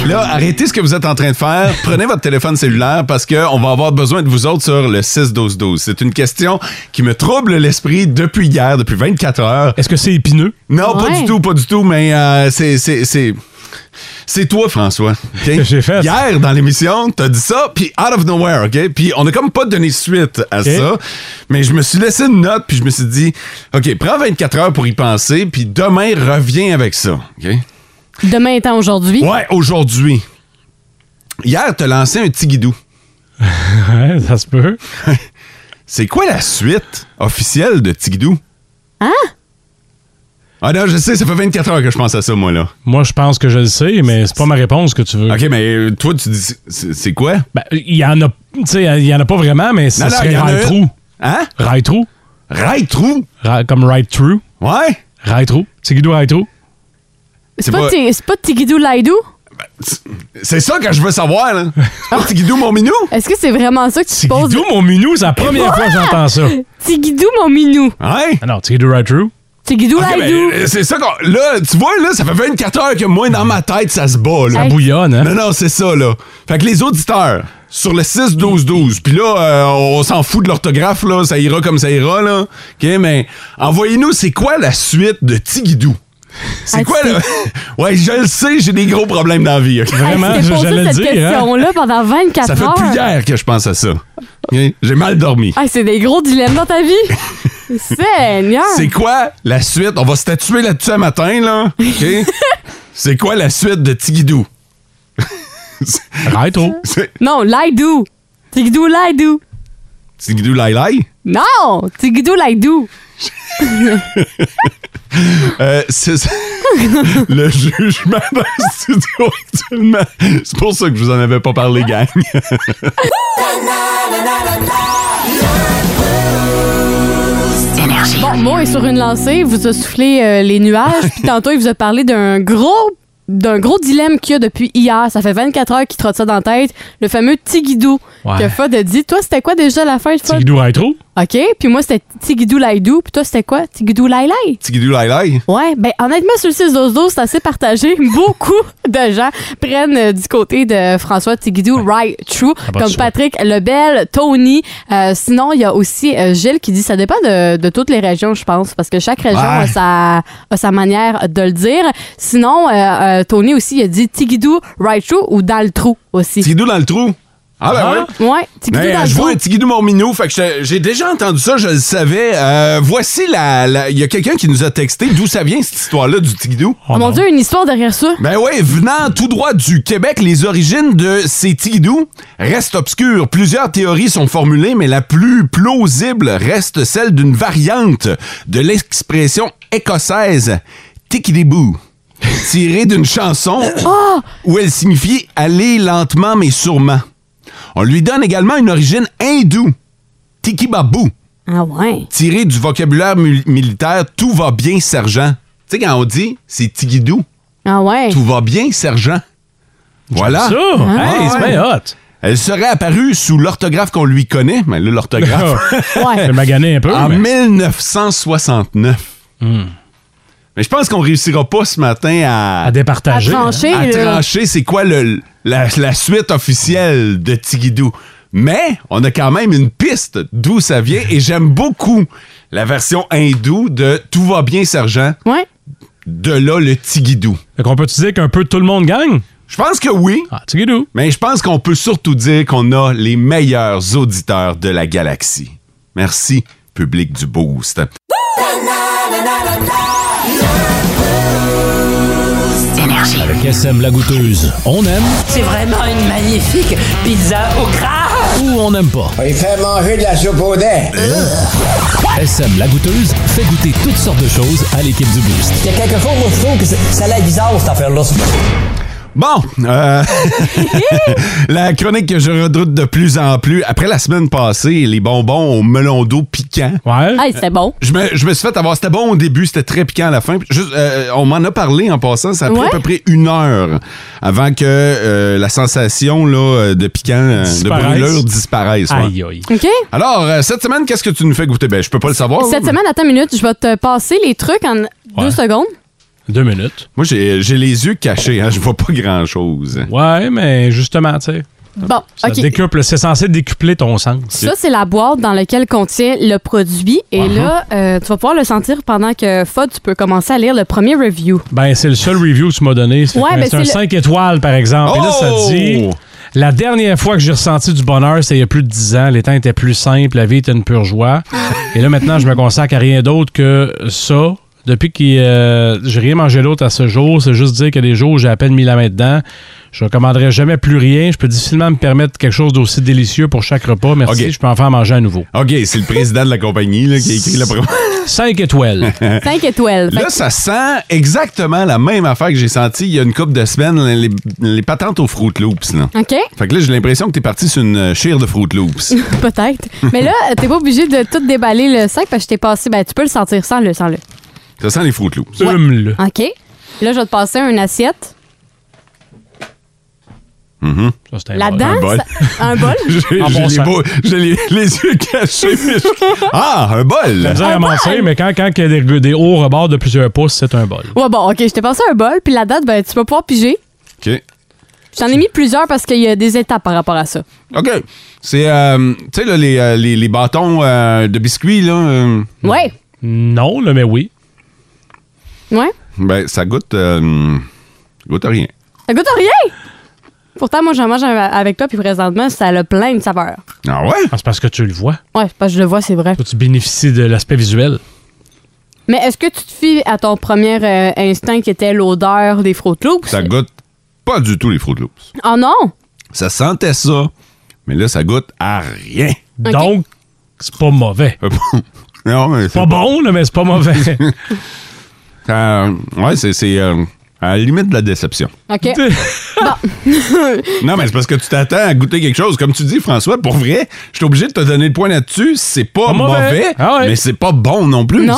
[SPEAKER 2] Là, arrêtez ce que vous êtes en train de faire. Prenez votre téléphone cellulaire parce qu'on va avoir besoin de vous autres sur le 6-12-12. C'est une question qui me trouble l'esprit depuis hier, depuis 24 heures.
[SPEAKER 3] Est-ce que c'est épineux?
[SPEAKER 2] Non, pas
[SPEAKER 4] Ouais.
[SPEAKER 2] du tout, pas du tout, mais euh, c'est- c'est. c'est- C'est toi, François. ok?
[SPEAKER 3] j'ai fait?
[SPEAKER 2] Hier, dans l'émission, t'as dit ça, puis out of nowhere, OK? Puis on a comme pas donné suite à ça, mais je me suis laissé une note, puis je me suis dit, OK, prends 24 heures pour y penser, puis demain, reviens avec ça, OK?
[SPEAKER 4] Demain étant aujourd'hui.
[SPEAKER 2] Ouais, aujourd'hui. Hier, t'as lancé un petit guidou.
[SPEAKER 3] ouais, ça se peut.
[SPEAKER 2] C'est quoi la suite officielle de Tigidou?
[SPEAKER 4] Hein?
[SPEAKER 2] Ah non, je sais, ça fait 24 heures que je pense à ça, moi, là.
[SPEAKER 3] Moi, je pense que je le sais, mais c'est pas ma réponse que tu veux.
[SPEAKER 2] OK, mais euh, toi, tu dis... C'est c'est quoi?
[SPEAKER 3] Ben, il y en a, tu sais, il y en a pas vraiment, mais ça
[SPEAKER 2] Non, non, il
[SPEAKER 3] serait
[SPEAKER 2] y en a
[SPEAKER 3] right
[SPEAKER 2] une.
[SPEAKER 3] through.
[SPEAKER 2] Hein?
[SPEAKER 3] Right through.
[SPEAKER 2] Right True?
[SPEAKER 3] Ra- comme right through.
[SPEAKER 2] Ouais?
[SPEAKER 3] Right through. C'est Guido right through.
[SPEAKER 2] C'est
[SPEAKER 4] C'est pas,
[SPEAKER 2] pas-
[SPEAKER 4] ti- c'est pas Tigidou Laidou?
[SPEAKER 2] C'est ça que je veux savoir, là. Ah, C'est pas Tigidou, mon minou?
[SPEAKER 4] Est-ce que c'est vraiment ça que tu poses?
[SPEAKER 3] Guido, mon minou, c'est la première fois que j'entends ça.
[SPEAKER 4] Tigidou, mon minou.
[SPEAKER 2] Ouais?
[SPEAKER 3] Ah non, c'est Guido right through.
[SPEAKER 4] Tigidou
[SPEAKER 2] OK, mais,
[SPEAKER 3] ben,
[SPEAKER 4] Laidou.
[SPEAKER 2] euh, c'est ça qu'on... Là, tu vois, là, ça fait 24 heures que moi, dans ma tête, ça se bat, là.
[SPEAKER 4] Hey.
[SPEAKER 3] Bouillonne, hein?
[SPEAKER 2] Non, non, c'est ça, là. Fait que les auditeurs, sur le 6-12-12, puis là, euh, on s'en fout de l'orthographe, là, ça ira comme ça ira, là. OK, mais envoyez-nous, c'est quoi la suite de Tigidou? C'est
[SPEAKER 4] Ah,
[SPEAKER 2] quoi,
[SPEAKER 4] tu
[SPEAKER 2] là? Ouais, je le sais, j'ai des gros problèmes dans la vie, OK?
[SPEAKER 4] Hey,
[SPEAKER 3] Vraiment,
[SPEAKER 4] tu t'es
[SPEAKER 3] je-
[SPEAKER 4] Ah, posé
[SPEAKER 3] j'allais le
[SPEAKER 4] cette
[SPEAKER 3] dire, hein?
[SPEAKER 4] question-là pendant 24
[SPEAKER 2] Ça fait
[SPEAKER 4] heures.
[SPEAKER 2] plus hier que je pense à ça. OK? J'ai mal dormi.
[SPEAKER 4] Hey, c'est des gros dilemmes dans ta vie. Seigneur.
[SPEAKER 2] C'est quoi la suite? On va se statuer là-dessus un matin, là. OK? c'est quoi la suite de Tigidou?
[SPEAKER 3] Right through.
[SPEAKER 2] C'est-
[SPEAKER 4] Non, Laidou. Tigidou Laidou.
[SPEAKER 2] Tigidou Lai Lai?
[SPEAKER 4] Non, Tigidou Laidou.
[SPEAKER 2] Euh, c'est ça. le jugement dans le studio actuellement. C'est pour ça que je vous en avais pas parlé, gang.
[SPEAKER 4] Bon, Mo est sur une lancée, il vous a soufflé euh, les nuages, puis tantôt il vous a parlé d'un gros d'un gros dilemme qu'il y a depuis hier. Ça fait 24 heures qu'il trotte ça dans la tête. Le fameux Tigidou
[SPEAKER 3] Ouais.
[SPEAKER 4] que Fod a dit. Toi, c'était quoi déjà la fin de
[SPEAKER 3] C'est
[SPEAKER 4] Fod?
[SPEAKER 3] Guido right through.
[SPEAKER 4] OK, puis moi, c'était Tigidou Laidou, puis toi, c'était quoi? Tigidou Lailai?
[SPEAKER 2] Tigidou Lai Lai?
[SPEAKER 4] Ouais, ben honnêtement, sur le 6 12 12 c'est assez partagé. Beaucoup de gens prennent euh, du côté de François Tigidou, right, true,
[SPEAKER 2] Ah,
[SPEAKER 3] pas de
[SPEAKER 4] comme
[SPEAKER 3] choix.
[SPEAKER 4] Patrick Lebel, Tony. Euh, sinon, il y a aussi euh, Gilles qui dit ça dépend de, de toutes les régions, je pense, parce que chaque région
[SPEAKER 2] Ouais.
[SPEAKER 4] a, sa, a sa manière de le dire. Sinon, euh, euh, Tony aussi, il a dit Tigidou, right, true ou dans le trou aussi.
[SPEAKER 2] Tigidou dans le trou? Ah, ben ouais.
[SPEAKER 4] Ouais, Tigidou
[SPEAKER 2] Mais,
[SPEAKER 4] dans
[SPEAKER 2] euh,
[SPEAKER 4] le
[SPEAKER 2] je
[SPEAKER 4] trou.
[SPEAKER 2] vois un Tigidou mon minou, fait que je- j'ai déjà entendu ça, je le savais. Euh, voici la... la- Il y a quelqu'un qui nous a texté d'où ça vient, cette histoire-là du Tigidou.
[SPEAKER 4] Oh, mon Dieu, une histoire derrière ça.
[SPEAKER 2] Ben oui, venant tout droit du Québec, les origines de ces tigidous restent obscures. Plusieurs théories sont formulées, mais la plus plausible reste celle d'une variante de l'expression écossaise tikidibou, tirée d'une chanson où elle signifie aller lentement mais sûrement. On lui donne également une origine hindoue, tikibabou
[SPEAKER 4] Ah ouais.
[SPEAKER 2] tiré du vocabulaire mul- militaire tout va bien sergent. Tu sais quand on dit c'est tigidou,
[SPEAKER 4] Ah ouais.
[SPEAKER 2] tout va bien sergent. Voilà.
[SPEAKER 3] Ça! Hey, c'est
[SPEAKER 2] ouais.
[SPEAKER 3] bien hot.
[SPEAKER 2] Elle serait apparue sous l'orthographe qu'on lui connaît, mais là l'orthographe
[SPEAKER 3] Je
[SPEAKER 4] Ouais.
[SPEAKER 3] vais maganer un peu.
[SPEAKER 2] en
[SPEAKER 3] mais-
[SPEAKER 2] 1969. Mais je pense qu'on réussira pas ce matin à,
[SPEAKER 3] À
[SPEAKER 4] À
[SPEAKER 3] départager. hein.
[SPEAKER 4] trancher,
[SPEAKER 2] à
[SPEAKER 4] là.
[SPEAKER 2] trancher c'est quoi le, la, la suite officielle de Tigidou. Mais on a quand même une piste d'où ça vient et j'aime beaucoup la version hindoue de Tout va bien, sergent.
[SPEAKER 4] Ouais.
[SPEAKER 2] De là, le Tigidou.
[SPEAKER 3] Fait qu'on peut-tu dire qu'un peu tout le monde gagne?
[SPEAKER 2] Je pense que oui,
[SPEAKER 3] Ah, tu guidou.
[SPEAKER 2] mais je pense qu'on peut surtout dire qu'on a les meilleurs auditeurs de la galaxie. Merci, public du Boost.
[SPEAKER 1] Avec SM la goûteuse, on aime
[SPEAKER 9] C'est vraiment une magnifique pizza au gras.
[SPEAKER 1] ou on n'aime pas.
[SPEAKER 8] On lui fait manger de la soupe au dent.
[SPEAKER 1] SM la goûteuse fait goûter toutes sortes de choses à l'équipe du Boost.
[SPEAKER 9] Il y a quelque chose, moi, je trouve que c'est- ça a l'air bizarre, cette affaire-là.
[SPEAKER 2] Bon, euh, la chronique que je redoute de plus en plus, après la semaine passée, les bonbons au melon d'eau piquant,
[SPEAKER 3] Ouais.
[SPEAKER 4] Hey, c'était bon.
[SPEAKER 2] Je me, je me suis fait avoir. C'était bon au début, c'était très piquant à la fin. Puis juste, euh, on m'en a parlé en passant. Ça a pris
[SPEAKER 4] Ouais?
[SPEAKER 2] à peu près une heure avant que euh, la sensation là, euh, de piquant, euh, de
[SPEAKER 3] Disparaisse.
[SPEAKER 2] brûlure disparaisse. ouais.
[SPEAKER 3] Aïe, aïe.
[SPEAKER 4] OK?
[SPEAKER 2] Alors, euh, cette semaine, qu'est-ce que tu nous fais goûter? Ben, je peux pas le savoir.
[SPEAKER 4] Cette
[SPEAKER 2] là.
[SPEAKER 4] semaine, attends une minute, je vais te passer les trucs en deux secondes.
[SPEAKER 3] Deux minutes.
[SPEAKER 2] Moi, j'ai j'ai les yeux cachés. Hein, je vois pas grand-chose.
[SPEAKER 3] Ouais, mais justement, tu sais.
[SPEAKER 4] Bon,
[SPEAKER 3] Ça
[SPEAKER 4] OK.
[SPEAKER 3] décuple, c'est censé décupler ton sang.
[SPEAKER 4] Ça, c'est la boîte dans laquelle contient le produit. Et
[SPEAKER 3] Uh-huh.
[SPEAKER 4] là, euh, tu vas pouvoir le sentir pendant que Fod, tu peux commencer à lire le premier review.
[SPEAKER 3] Ben, c'est le seul review que tu m'as donné. C'est
[SPEAKER 4] Ouais,
[SPEAKER 3] un-
[SPEAKER 4] ben,
[SPEAKER 3] c'est
[SPEAKER 4] c'est
[SPEAKER 3] un
[SPEAKER 4] le-
[SPEAKER 3] 5 étoiles, par exemple. Et là, ça
[SPEAKER 4] Oh!
[SPEAKER 3] dit La dernière fois que j'ai ressenti du bonheur, c'était il y a plus de 10 ans. Les temps étaient plus simples, la vie était une pure joie.
[SPEAKER 4] Ah.
[SPEAKER 3] Et là, maintenant, je me consacre à rien d'autre que ça. Depuis que euh, j'ai rien mangé d'autre à ce jour, c'est juste dire que les jours où j'ai à peine mis la main dedans, je recommanderais jamais plus rien. Je peux difficilement me permettre quelque chose d'aussi délicieux pour chaque repas. Merci,
[SPEAKER 2] Ok.
[SPEAKER 3] je peux enfin manger à nouveau.
[SPEAKER 2] OK, c'est le président de la compagnie là, qui a écrit la promo.
[SPEAKER 3] 5 étoiles.
[SPEAKER 4] 5 étoiles. Fait
[SPEAKER 2] Là,
[SPEAKER 4] que-
[SPEAKER 2] ça sent exactement la même affaire que j'ai sentie il y a une couple de semaines, les, les patentes aux Fruit Loops. Là.
[SPEAKER 4] OK?
[SPEAKER 2] Fait que là, j'ai l'impression que t'es parti sur une euh, chire de Fruit Loops.
[SPEAKER 4] Peut-être. Mais là, t'es pas obligé de tout déballer le sac parce que je t'ai passé. Ben, tu peux le sentir sans le, sans le.
[SPEAKER 2] Ça sent les Fruit Loops.
[SPEAKER 3] Hum-le.
[SPEAKER 4] OK? Là, je vais te passer une assiette.
[SPEAKER 2] Mhm.
[SPEAKER 3] Ça, c'est un
[SPEAKER 4] La
[SPEAKER 3] bol.
[SPEAKER 4] danse. Un
[SPEAKER 2] Un bol.
[SPEAKER 4] bol?
[SPEAKER 2] J'ai
[SPEAKER 3] En
[SPEAKER 2] j'ai
[SPEAKER 3] bon
[SPEAKER 2] les,
[SPEAKER 3] sens.
[SPEAKER 2] beaux- j'ai les- les yeux cachés. mais je- Ah, un bol!
[SPEAKER 3] La misère à mentir, mais quand, quand il y a des, des hauts rebords de plusieurs pouces, c'est un bol.
[SPEAKER 4] Ouais, bon, OK, je t'ai passé un bol, puis la date, ben, tu vas pouvoir piger.
[SPEAKER 2] OK.
[SPEAKER 4] J'en ai mis plusieurs parce qu'il y a des étapes par rapport à ça.
[SPEAKER 2] OK. C'est, euh, tu sais, là, les, euh, les, les bâtons euh, de biscuits, là, euh,
[SPEAKER 4] Ouais.
[SPEAKER 3] Non, là, mais oui.
[SPEAKER 4] Ouais.
[SPEAKER 2] ben, ça goûte, euh, ça goûte à rien.
[SPEAKER 4] Ça goûte à rien! Pourtant, moi, j'en mange un avec toi, puis présentement, ça a plein de saveurs.
[SPEAKER 2] Ah ouais?
[SPEAKER 3] Ah, c'est parce que tu le vois.
[SPEAKER 4] Ouais, parce que je le vois, c'est vrai.
[SPEAKER 3] Toi, tu bénéficies de l'aspect visuel.
[SPEAKER 4] Mais est-ce que tu te fies à ton premier euh, instinct qui était l'odeur des Froot Loops?
[SPEAKER 2] Ça goûte pas du tout les Fruit Loops.
[SPEAKER 4] Oh non!
[SPEAKER 2] Ça sentait ça, mais là, ça goûte à rien.
[SPEAKER 4] Ok.
[SPEAKER 3] Donc, c'est pas mauvais.
[SPEAKER 2] non, mais
[SPEAKER 3] Pas bon, là, mais c'est pas mauvais.
[SPEAKER 2] ça- ouais, c'est, c'est, euh, à la limite de la déception.
[SPEAKER 4] OK.
[SPEAKER 2] Non, mais c'est parce que tu t'attends à goûter quelque chose. Comme tu dis, François, pour vrai, je suis obligé de te donner le point là-dessus. C'est pas,
[SPEAKER 3] Pas mauvais.
[SPEAKER 2] mauvais,
[SPEAKER 3] Ah ouais.
[SPEAKER 2] mais c'est pas bon non plus.
[SPEAKER 4] Non?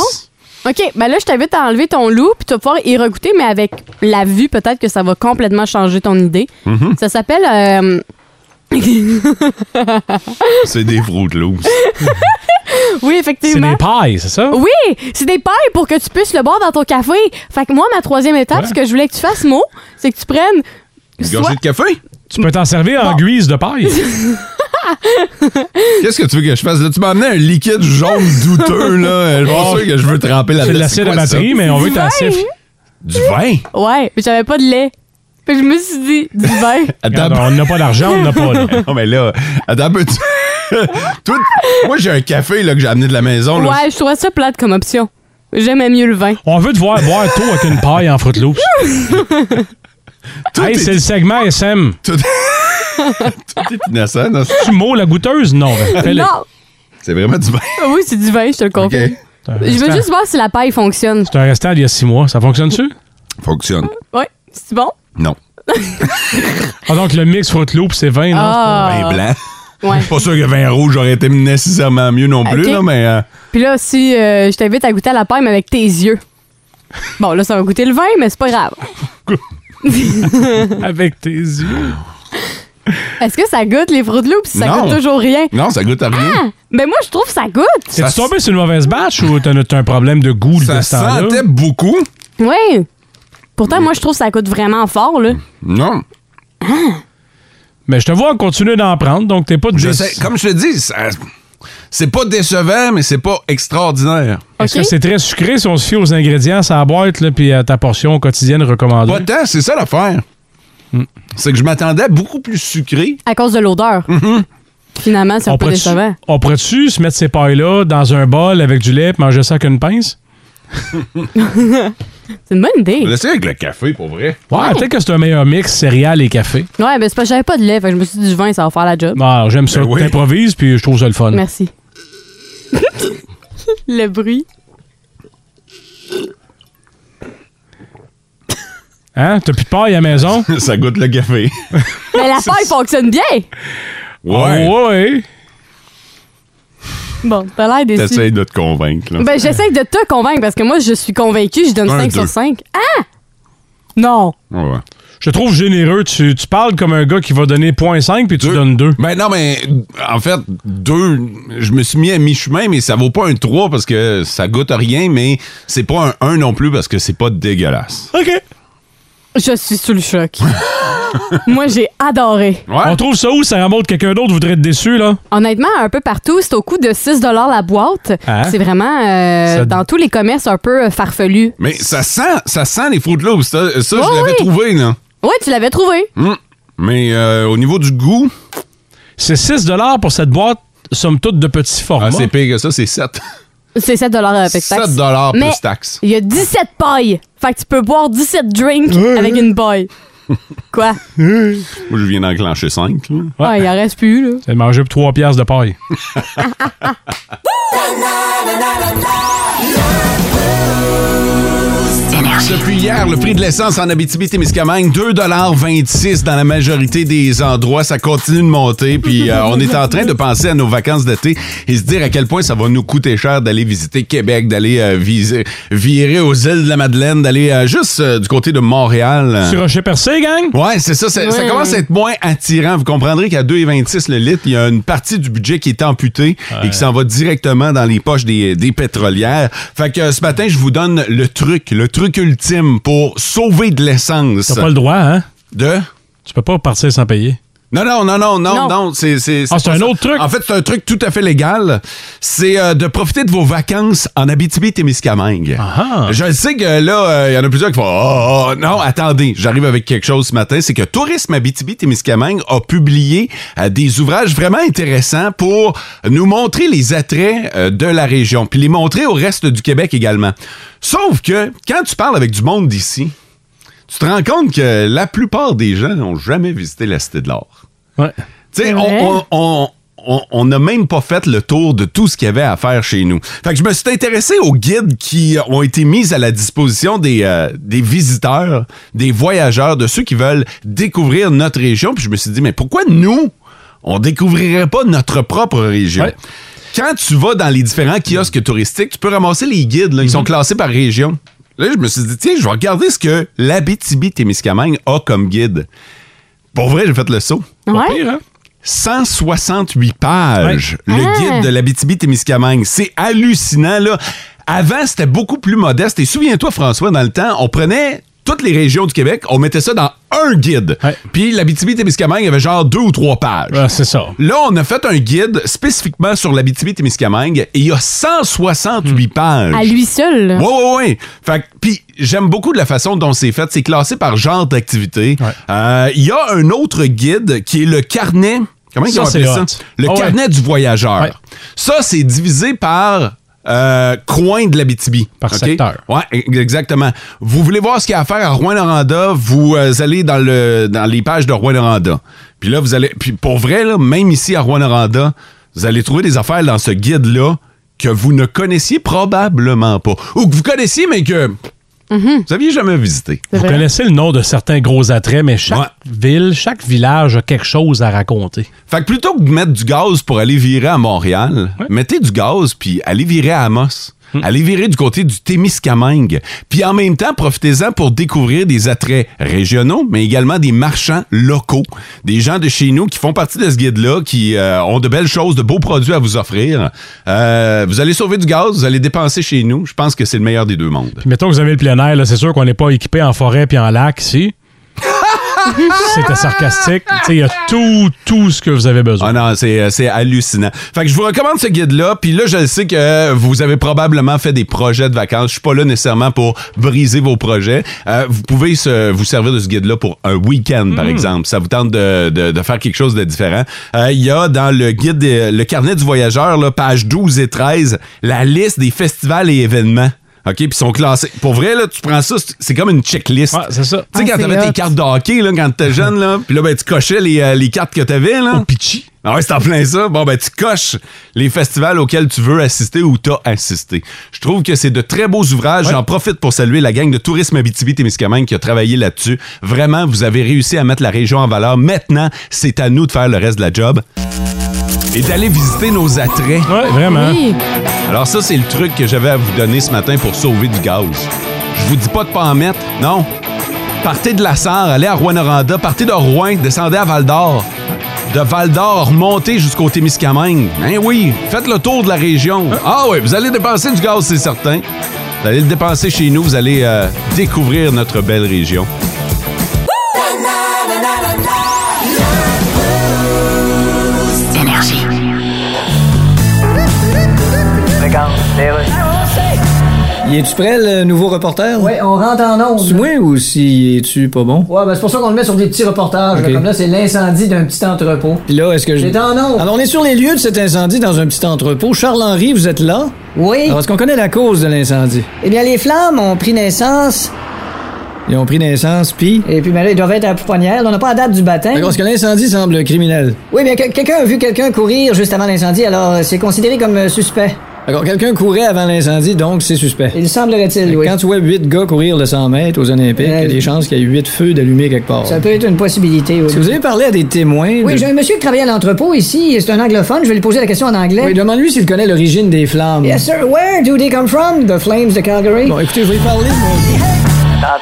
[SPEAKER 4] OK, ben là, je t'invite à enlever ton loup, puis tu vas pouvoir y regoûter, mais avec la vue, peut-être que ça va complètement changer ton idée.
[SPEAKER 3] Mm-hmm.
[SPEAKER 4] Ça s'appelle... euh,
[SPEAKER 2] C'est des Fruit Loops.
[SPEAKER 4] Oui,
[SPEAKER 3] c'est
[SPEAKER 4] effectivement.
[SPEAKER 3] des pailles, c'est ça?
[SPEAKER 4] Oui, c'est des pailles pour que tu puisses le boire dans ton café. Fait que moi, ma troisième étape,
[SPEAKER 3] Ouais.
[SPEAKER 4] ce que je voulais que tu fasses, Mo, c'est que tu prennes...
[SPEAKER 2] Une
[SPEAKER 4] soit-
[SPEAKER 2] gorgée de café?
[SPEAKER 3] Tu peux t'en servir en guise de paille.
[SPEAKER 2] Qu'est-ce que tu veux que je fasse? Là, tu m'as amené un liquide jaune douteux, là. Je suis pas sûr que je veux tremper la
[SPEAKER 3] C'est de l'acide à
[SPEAKER 2] quoi, ça?
[SPEAKER 3] batterie, mais on veut que t'en siffles.
[SPEAKER 2] Du vin?
[SPEAKER 4] Ouais, mais j'avais pas de lait. Fait que je me suis dit, du vin.
[SPEAKER 2] Attends,
[SPEAKER 3] Regarde, on n'a pas d'argent, on n'a pas. là.
[SPEAKER 2] non, mais là, attends un peu. tu- Toi, t- moi, j'ai un café là, que j'ai amené de la maison. Là.
[SPEAKER 4] ouais, je trouvais ça plate comme option. J'aimais mieux le vin.
[SPEAKER 3] On veut te voir boire tôt avec une paille en Fruit Loops.
[SPEAKER 2] Tout,
[SPEAKER 3] hey,
[SPEAKER 2] est,
[SPEAKER 3] c'est le segment SM.
[SPEAKER 2] tout est innocent. non?
[SPEAKER 3] Tu mot la goûteuse? Non. ben, fais-le.
[SPEAKER 4] Non!
[SPEAKER 2] C'est vraiment du vin.
[SPEAKER 4] Oui, c'est du vin, je te le
[SPEAKER 2] OK.
[SPEAKER 4] confirme.
[SPEAKER 3] C'est un
[SPEAKER 4] Je veux
[SPEAKER 3] restant-
[SPEAKER 4] juste voir si la paille fonctionne.
[SPEAKER 3] C'est un restant d'il y a six mois. Ça fonctionne-tu?
[SPEAKER 2] Fonctionne.
[SPEAKER 4] Ouais, c'est bon?
[SPEAKER 2] Non.
[SPEAKER 3] Ah, donc le mix Fruit Loops, c'est 20, non?
[SPEAKER 4] Ah.
[SPEAKER 2] Vin blanc.
[SPEAKER 4] Ouais.
[SPEAKER 2] Pas sûr que vin rouge aurait été nécessairement mieux non plus,
[SPEAKER 4] OK.
[SPEAKER 2] là, mais. euh,
[SPEAKER 4] Puis là, si euh, je t'invite à goûter à la paille, mais avec tes yeux. Bon, là, ça va goûter le vin, mais c'est pas grave.
[SPEAKER 3] Avec tes yeux.
[SPEAKER 4] Est-ce que ça goûte les Froot Loops? Ça
[SPEAKER 2] Non.
[SPEAKER 4] goûte toujours rien.
[SPEAKER 2] Non, ça goûte à rien.
[SPEAKER 4] Mais Ah! Ben, moi, je trouve que ça goûte.
[SPEAKER 3] T'es-tu
[SPEAKER 2] Ça
[SPEAKER 3] tombé sur une mauvaise batch ou t'as t'as un problème de goût de
[SPEAKER 2] Ça
[SPEAKER 3] ce temps-là?
[SPEAKER 2] sentait beaucoup.
[SPEAKER 4] Oui. Pourtant, moi, je trouve que ça goûte vraiment fort, là.
[SPEAKER 2] Non.
[SPEAKER 3] Mais je te vois continuer d'en prendre, donc t'es pas de
[SPEAKER 2] Je sais, comme je te dis, ça- c'est pas décevant, mais c'est pas extraordinaire.
[SPEAKER 3] Est-ce
[SPEAKER 4] Ok.
[SPEAKER 3] que c'est très sucré si on se fie aux ingrédients à la boîte là, puis à ta portion quotidienne recommandée?
[SPEAKER 2] Pas tant, c'est ça l'affaire.
[SPEAKER 3] Mm.
[SPEAKER 2] C'est que je m'attendais à beaucoup plus sucré.
[SPEAKER 4] À cause de l'odeur. Finalement, c'est un peu
[SPEAKER 3] pourrait-tu-
[SPEAKER 4] décevant.
[SPEAKER 3] Mm-hmm. on pourrait-tu se mettre ces pailles-là dans un bol avec du lait et manger ça avec une pince?
[SPEAKER 4] C'est une bonne idée.
[SPEAKER 2] Je vais l'essayer avec le café, pour vrai.
[SPEAKER 3] Ouais, peut-être que c'est un meilleur mix céréales et café.
[SPEAKER 4] Ouais, mais c'est parce que j'avais pas de lait. Fait que je me suis dit, du vin, ça va faire la job.
[SPEAKER 3] Bon, alors, j'aime ça.
[SPEAKER 2] Ben oui.
[SPEAKER 3] T'improvises, puis je trouve ça le fun.
[SPEAKER 4] Merci. le bruit.
[SPEAKER 3] Hein? T'as plus de paille à la maison?
[SPEAKER 2] ça goûte le café.
[SPEAKER 4] Mais la paille fonctionne bien.
[SPEAKER 2] Ouais.
[SPEAKER 3] Ah ouais.
[SPEAKER 4] Bon, t'as l'air déçu.
[SPEAKER 2] T'essayes de te convaincre, là.
[SPEAKER 4] Ben, j'essaie de te convaincre parce que moi, je suis convaincue. Je donne
[SPEAKER 2] Un,
[SPEAKER 4] 5
[SPEAKER 2] deux.
[SPEAKER 4] sur 5. Ah! Non.
[SPEAKER 2] Ouais.
[SPEAKER 3] Je te trouve généreux. Tu, tu parles comme un gars qui va donner 0.5 puis tu
[SPEAKER 2] Deux.
[SPEAKER 3] donnes 2.
[SPEAKER 2] Ben non, mais en fait, deux, je me suis mis à mi-chemin, mais ça vaut pas un 3 parce que ça goûte à rien, mais c'est pas un 1 non plus parce que c'est pas dégueulasse.
[SPEAKER 3] OK.
[SPEAKER 4] Je suis sous le choc. Moi, j'ai adoré.
[SPEAKER 3] On trouve ça où, ça remonte quelqu'un d'autre voudrait être déçu, là?
[SPEAKER 4] Honnêtement, un peu partout, c'est au coût de 6 la boîte.
[SPEAKER 3] Hein?
[SPEAKER 4] C'est vraiment euh,
[SPEAKER 2] Ça-
[SPEAKER 4] dans tous les commerces un peu euh, farfelus.
[SPEAKER 2] Mais ça sent, ça sent les Fruit Loops. Ça, ça, je
[SPEAKER 4] Ouais,
[SPEAKER 2] l'avais
[SPEAKER 4] ouais.
[SPEAKER 2] trouvé, là.
[SPEAKER 4] Ouais, tu l'avais trouvé.
[SPEAKER 2] Hum. Mais euh, au niveau du goût.
[SPEAKER 3] C'est 6 pour cette boîte, somme toute, de petit format.
[SPEAKER 2] Ah, c'est pire que ça, c'est 7.
[SPEAKER 4] C'est 7 avec taxe.
[SPEAKER 2] 7 dollars plus
[SPEAKER 4] Mais
[SPEAKER 2] taxe.
[SPEAKER 4] Il y a 17 pailles. Fait que tu peux boire 17 drinks avec une paille. Quoi?
[SPEAKER 2] Moi, je viens d'enclencher 5.
[SPEAKER 4] Ah, il en reste plus, là.
[SPEAKER 3] C'est manger pour 3 piastres de paille.
[SPEAKER 2] Depuis hier, le prix de l'essence en Abitibi-Témiscamingue, 2,26 dans la majorité des endroits. Ça continue de monter. Puis euh, on est en train de penser à nos vacances d'été et se dire à quel point ça va nous coûter cher d'aller visiter Québec, d'aller euh, viser- virer aux îles de la Madeleine, d'aller euh, juste euh, du côté de Montréal.
[SPEAKER 3] Sur Rocher Percé, gang?
[SPEAKER 2] Ouais, c'est ça. Ça, ça
[SPEAKER 3] Ouais.
[SPEAKER 2] commence à être moins attirant. Vous comprendrez qu'à 2,26 le litre, il y a une partie du budget qui est amputée et qui s'en va directement dans les poches des, des pétrolières. Fait que euh, ce matin, je vous donne le truc, le truc ultime pour sauver de l'essence.
[SPEAKER 3] T'as pas le droit, hein?
[SPEAKER 2] De?
[SPEAKER 3] Tu peux pas partir sans payer.
[SPEAKER 2] Non, non, non, non, non, non.
[SPEAKER 3] Non.
[SPEAKER 2] c'est, c'est,
[SPEAKER 3] Ah, c'est
[SPEAKER 2] pas
[SPEAKER 3] un
[SPEAKER 2] ça.
[SPEAKER 3] autre truc?
[SPEAKER 2] En fait, c'est un truc tout à fait légal. C'est euh, de profiter de vos vacances en Abitibi-Témiscamingue.
[SPEAKER 3] Ah,
[SPEAKER 2] Je le sais que là, euh, il y en a plusieurs qui font oh, oh, non, attendez, j'arrive avec quelque chose ce matin. C'est que Tourisme Abitibi-Témiscamingue a publié euh, des ouvrages vraiment intéressants pour nous montrer les attraits euh, de la région, puis les montrer au reste du Québec également. Sauf que quand tu parles avec du monde d'ici, tu te rends compte que la plupart des gens n'ont jamais visité la Cité de l'Or.
[SPEAKER 3] Ouais.
[SPEAKER 2] Tu sais, on- on- on- on- on n'a même pas fait le tour de tout ce qu'il y avait à faire chez nous. Fait que je me suis intéressé aux guides qui ont été mis à la disposition des, euh, des visiteurs, des voyageurs, de ceux qui veulent découvrir notre région. Puis je me suis dit, mais pourquoi nous, on découvrirait pas notre propre région? Quand tu vas dans les différents kiosques touristiques, tu peux ramasser les guides. là. Ils sont classés par région. Là, je me suis dit, tiens, je vais regarder ce que l'Abitibi-Témiscamingue a comme guide. Pour vrai, j'ai fait le saut.
[SPEAKER 4] Ouais.
[SPEAKER 2] 168 pages,
[SPEAKER 4] Ouais.
[SPEAKER 2] le
[SPEAKER 4] Ah.
[SPEAKER 2] guide de l'Abitibi-Témiscamingue. C'est hallucinant, là. Avant, c'était beaucoup plus modeste. Et souviens-toi, François, dans le temps, on prenait toutes les régions du Québec, on mettait ça dans un guide. Puis l'Abitibi-Témiscamingue avait genre deux ou trois pages.
[SPEAKER 3] Ah, c'est ça.
[SPEAKER 2] Là, on a fait un guide spécifiquement sur l'Abitibi-Témiscamingue et il y a 168 pages.
[SPEAKER 4] À lui seul, là.
[SPEAKER 2] Ouais, ouais, ouais. Fait que- puis j'aime beaucoup de la façon dont c'est fait. C'est classé par genre d'activité. Euh, Il y a un autre guide qui est le carnet. Comment ils
[SPEAKER 3] Ça,
[SPEAKER 2] ont appelé
[SPEAKER 3] c'est
[SPEAKER 2] ça?
[SPEAKER 3] hot.
[SPEAKER 2] Le
[SPEAKER 3] Ah ouais.
[SPEAKER 2] carnet du voyageur. Ça, c'est divisé par euh, coin de l'Abitibi. Par
[SPEAKER 3] secteur.
[SPEAKER 2] Ouais, e- exactement. Vous voulez voir ce qu'il y a à faire à Rouen-Noranda, vous euh, allez dans, le, dans les pages de Rouen-Noranda. Puis là, vous allez. Puis pour vrai, là, même ici à Rouen-Noranda, vous allez trouver des affaires dans ce guide-là que vous ne connaissiez probablement pas. Ou que vous connaissiez, mais que vous n'aviez jamais visité.
[SPEAKER 3] Vous connaissez le nom de certains gros attraits, mais chaque ville, chaque village a quelque chose à raconter.
[SPEAKER 2] Fait que plutôt que de mettre du gaz pour aller virer à Montréal, mettez du gaz puis allez virer à Amos. Allez virer du côté du Témiscamingue. Puis en même temps, profitez-en pour découvrir des attraits régionaux, mais également des marchands locaux. Des gens de chez nous qui font partie de ce guide-là, qui euh, ont de belles choses, de beaux produits à vous offrir. Euh, vous allez sauver du gaz, vous allez dépenser chez nous. Je pense que c'est le meilleur des deux mondes.
[SPEAKER 3] Puis mettons que vous avez le plein air, là, c'est sûr qu'on n'est pas équipé en forêt puis en lac ici. C'était sarcastique. Tu sais, il y a tout, tout ce que vous avez besoin.
[SPEAKER 2] Ah non, c'est, euh, c'est hallucinant. Fait que je vous recommande ce guide-là. Puis là, je le sais que vous avez probablement fait des projets de vacances. Je suis pas là nécessairement pour briser vos projets. Euh, vous pouvez se- vous servir de ce guide-là pour un week-end, par exemple. Ça vous tente de, de- de faire quelque chose de différent. Euh, Il y a dans le guide, des- le carnet du voyageur, là, page 12 et 13, la liste des festivals et événements. OK, puis ils sont classés. Pour vrai, là, tu prends ça, c'est- c'est comme une checklist.
[SPEAKER 3] c'est ça.
[SPEAKER 2] Tu sais, quand
[SPEAKER 3] Ah, c'est
[SPEAKER 2] t'avais tes
[SPEAKER 3] hot.
[SPEAKER 2] cartes de hockey, là, quand t'étais jeune, là, puis là, ben, tu cochais les, euh, les cartes que t'avais, là.
[SPEAKER 3] pitchy.
[SPEAKER 2] Ah ouais, c'est en plein ça. Bon, ben, tu coches les festivals auxquels tu veux assister ou t'as assisté. Je trouve que c'est de très beaux ouvrages. J'en profite pour saluer la gang de Tourisme Abitibi-Témiscamingue qui a travaillé là-dessus. Vraiment, vous avez réussi à mettre la région en valeur. Maintenant, c'est à nous de faire le reste de la job et d'aller visiter nos attraits.
[SPEAKER 3] Oui, vraiment.
[SPEAKER 4] Oui.
[SPEAKER 2] hein? Alors ça, c'est le truc que j'avais à vous donner ce matin pour sauver du gaz. Je vous dis pas de pas en mettre, non. Partez de la Sarre, allez à Rouen-Oranda, partez de Rouen, descendez à Val-d'Or. De Val-d'Or, remontez jusqu'au Témiscamingue. Hein oui, faites le tour de la région. Ah oui, vous allez dépenser du gaz, c'est certain. Vous allez le dépenser chez nous, vous allez euh, découvrir notre belle région.
[SPEAKER 7] Y es-tu prêt, le nouveau reporter?
[SPEAKER 11] Ouais, on rentre en onde.
[SPEAKER 7] C'est moi ou si es-tu pas bon?
[SPEAKER 11] Ouais, ben c'est pour ça qu'on le met sur des petits reportages. là.
[SPEAKER 7] Ok.
[SPEAKER 11] Comme là, c'est l'incendie d'un petit entrepôt.
[SPEAKER 7] Puis là, est-ce que je.
[SPEAKER 11] J'étais en onde.
[SPEAKER 7] Alors, on est sur les lieux de cet incendie dans un petit entrepôt. Charles-Henri, vous êtes là?
[SPEAKER 11] Oui.
[SPEAKER 7] Alors, est-ce qu'on connaît la cause de l'incendie?
[SPEAKER 11] Eh bien, les flammes ont pris naissance.
[SPEAKER 7] Ils ont pris naissance, puis.
[SPEAKER 11] Et puis, ben là, ils doivent être à la pouponnière. On n'a pas la date du baptême.
[SPEAKER 7] D'accord, est-ce que l'incendie semble criminel?
[SPEAKER 11] Oui, bien, que- quelqu'un a vu quelqu'un courir juste avant l'incendie, alors euh, c'est considéré comme euh, suspect.
[SPEAKER 7] D'accord, quelqu'un courait avant l'incendie, donc c'est suspect.
[SPEAKER 11] Il semblerait-il, oui.
[SPEAKER 7] Quand tu vois huit gars courir le 100 mètres aux Olympiques, il y a
[SPEAKER 11] Euh,
[SPEAKER 7] des chances qu'il y ait huit feux d'allumés quelque part.
[SPEAKER 11] Ça peut être une possibilité, oui.
[SPEAKER 7] Si vous avez parlé à des témoins.
[SPEAKER 11] Oui,
[SPEAKER 7] de-
[SPEAKER 11] j'ai un monsieur qui travaille à l'entrepôt ici, c'est un anglophone, je vais lui poser la question en anglais.
[SPEAKER 7] Oui, demande-lui s'il connaît l'origine des flammes.
[SPEAKER 11] Yes, sir, where do they come from? The flames de Calgary?
[SPEAKER 7] Bon, écoutez, je vais y parler. moi.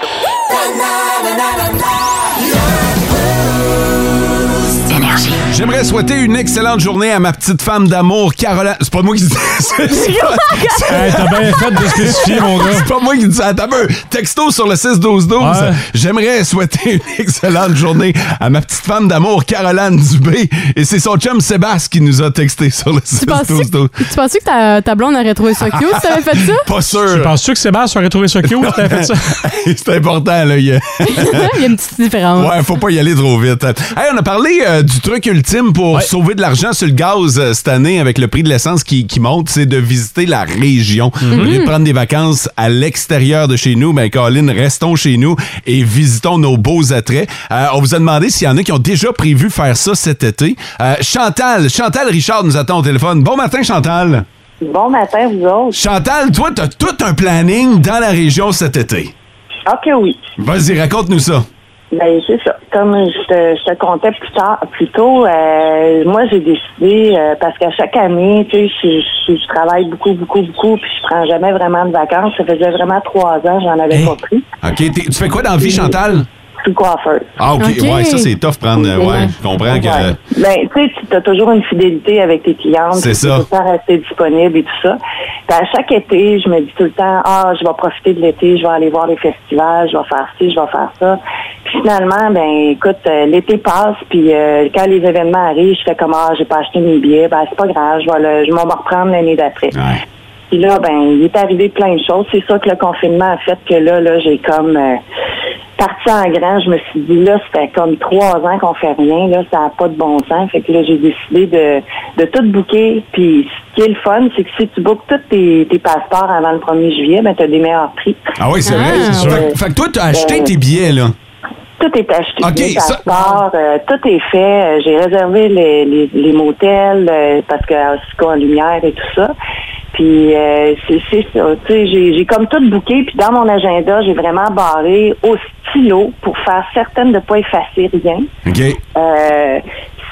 [SPEAKER 2] J'aimerais souhaiter une excellente journée à ma petite femme d'amour, Caroline. C'est pas moi qui dis ça. C'est pas,
[SPEAKER 3] Hey, t'as bien fait de spécifier, mon gars.
[SPEAKER 2] c'est pas moi qui dis ça. Attends un peu. Texto sur le 6-12-12.
[SPEAKER 3] Ouais.
[SPEAKER 2] J'aimerais souhaiter une excellente journée à ma petite femme d'amour, Caroline Dubé. Et c'est son chum Sébastien qui nous a texté sur le
[SPEAKER 4] Tu penses-tu
[SPEAKER 2] 6-12-12.
[SPEAKER 4] que, tu penses-tu que ta, ta blonde aurait trouvé ça cute si t'avais fait ça?
[SPEAKER 2] Pas
[SPEAKER 3] Je
[SPEAKER 2] sûr.
[SPEAKER 3] pense-tu que Sébastien aurait trouvé ça cute si t'avais fait ça?
[SPEAKER 2] c'est important, là. il y a-
[SPEAKER 4] Il y a une petite différence.
[SPEAKER 2] Ouais, faut pas y aller trop vite. Hey, on a parlé euh, du truc ultime pour
[SPEAKER 3] Ouais.
[SPEAKER 2] sauver de l'argent sur le gaz euh, cette année avec le prix de l'essence qui, qui monte, c'est de visiter la région. Au lieu de prendre des vacances à l'extérieur de chez nous, ben Colin, restons chez nous et visitons nos beaux attraits. Euh, on vous a demandé s'il y en a qui ont déjà prévu faire ça cet été. Euh, Chantal, Chantal Richard nous attend au téléphone. Bon matin, Chantal.
[SPEAKER 6] Bon matin, vous autres.
[SPEAKER 2] Chantal, toi, t'as tout un planning dans la région cet été.
[SPEAKER 6] Ah que oui.
[SPEAKER 2] Vas-y, raconte-nous ça.
[SPEAKER 6] Ben c'est ça. Comme je te, je te contais plus tard, plus tôt, euh, moi j'ai décidé euh, parce qu'à chaque année, tu sais, je, je- je travaille beaucoup, beaucoup, beaucoup, puis je prends jamais vraiment de vacances. Ça faisait vraiment trois ans, j'en avais
[SPEAKER 2] Hey.
[SPEAKER 6] pas pris.
[SPEAKER 2] OK, t'es- tu fais quoi dans la vie, Chantal?
[SPEAKER 6] Je suis coiffeuse.
[SPEAKER 2] Ah, OK.
[SPEAKER 4] OK.
[SPEAKER 2] Ouais, ça, c'est tough prendre. euh, ouais, je comprends que. euh,
[SPEAKER 6] Ouais. Ben, tu sais, tu as toujours une fidélité avec tes clientes.
[SPEAKER 2] C'est
[SPEAKER 6] tu
[SPEAKER 2] ça.
[SPEAKER 6] peux tout le temps rester disponible et tout ça. Puis à chaque été, je me dis tout le temps, ah, je vais profiter de l'été, je vais aller voir les festivals, je vais faire ci, je vais faire ça. Puis finalement, ben, écoute, euh, l'été passe, puis euh, quand les événements arrivent, je fais comme, ah, j'ai pas acheté mes billets, ben, c'est pas grave, je vais le- je m'en vais reprendre l'année d'après.
[SPEAKER 2] Ouais.
[SPEAKER 6] Puis là, ben, il est arrivé plein de choses. C'est sûr que le confinement a fait que là, là, j'ai comme euh, parti en grand. Je me suis dit là, c'était comme trois ans qu'on fait rien. Là, ça n'a pas de bon sens. Fait que là, j'ai décidé de, de tout booker. Puis ce qui est le fun, c'est que si tu bookes tous tes, tes passeports avant le 1er juillet, ben, tu as des meilleurs prix.
[SPEAKER 2] Ah, oui, c'est vrai.
[SPEAKER 4] Ah,
[SPEAKER 2] c'est sûr.
[SPEAKER 6] ouais.
[SPEAKER 2] Fait, fait que toi, t'as acheté
[SPEAKER 6] Ben-
[SPEAKER 2] tes billets, là.
[SPEAKER 6] Tout est acheté.
[SPEAKER 2] Ok,
[SPEAKER 6] les
[SPEAKER 2] ça-
[SPEAKER 6] passeports, euh, tout est fait. Euh, J'ai réservé les, les, les motels euh, parce que euh, c'est quoi en lumière et tout ça. Puis euh, c'est c'est ça. Tu sais, j'ai j'ai comme tout booké. Puis dans mon agenda, j'ai vraiment barré au stylo pour faire certaine de ne pas effacer rien.
[SPEAKER 2] OK.
[SPEAKER 6] Euh,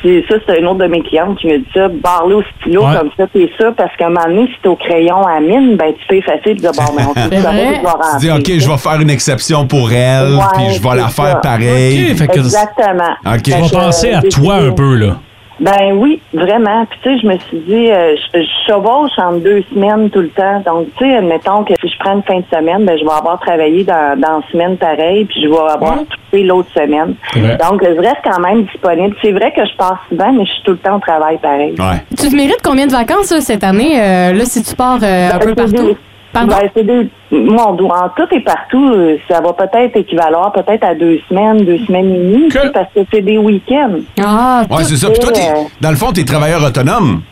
[SPEAKER 6] c'est ça, c'est une autre de mes clientes qui me dit ça, barre-le au stylo
[SPEAKER 3] Ouais.
[SPEAKER 6] comme ça, t'es ça, parce qu'à un moment donné, si t'es au crayon à mine, ben tu peux effacer et dire bon, ben on sait
[SPEAKER 4] C'est
[SPEAKER 6] jamais,
[SPEAKER 4] vrai.
[SPEAKER 6] je vais
[SPEAKER 2] Tu dis,
[SPEAKER 6] rentrer.
[SPEAKER 2] OK, je vais faire une exception pour elle,
[SPEAKER 6] Ouais,
[SPEAKER 2] puis je vais la
[SPEAKER 6] c'est
[SPEAKER 2] faire
[SPEAKER 6] ça.
[SPEAKER 2] pareil.
[SPEAKER 3] OK, fait que-
[SPEAKER 6] Exactement.
[SPEAKER 2] OK.
[SPEAKER 3] Tu
[SPEAKER 2] On
[SPEAKER 3] vas
[SPEAKER 6] Fait que,
[SPEAKER 3] penser
[SPEAKER 6] euh,
[SPEAKER 3] à
[SPEAKER 6] j'ai
[SPEAKER 3] toi
[SPEAKER 6] dit-
[SPEAKER 3] un peu, là.
[SPEAKER 6] Ben oui, vraiment. Puis tu sais, je me suis dit, euh, je, je chevauche en deux semaines tout le temps. Donc, tu sais, admettons que si je prends une fin de semaine, ben je vais avoir travaillé dans, dans une semaine pareil, puis je vais avoir touché l'autre semaine.
[SPEAKER 3] C'est vrai.
[SPEAKER 6] Donc, je reste quand même disponible. C'est vrai que je pars souvent, mais je suis tout le temps au travail pareil.
[SPEAKER 2] Ouais.
[SPEAKER 4] Tu te mérites combien de vacances là, cette année, euh, là, si tu pars euh, un
[SPEAKER 6] Ben,
[SPEAKER 4] peu
[SPEAKER 6] c'est des-
[SPEAKER 4] partout? Pardon?
[SPEAKER 6] ben, c'est des- mon doux, en tout et partout, euh, ça va peut-être équivaloir peut-être à deux semaines, deux semaines et demie,
[SPEAKER 3] Que-
[SPEAKER 6] parce que c'est des week-ends.
[SPEAKER 4] Ah,
[SPEAKER 2] Ouais,
[SPEAKER 4] tout-
[SPEAKER 2] c'est ça. Puis toi, t'es-
[SPEAKER 6] euh,
[SPEAKER 2] dans le fond, t'es travailleur autonome.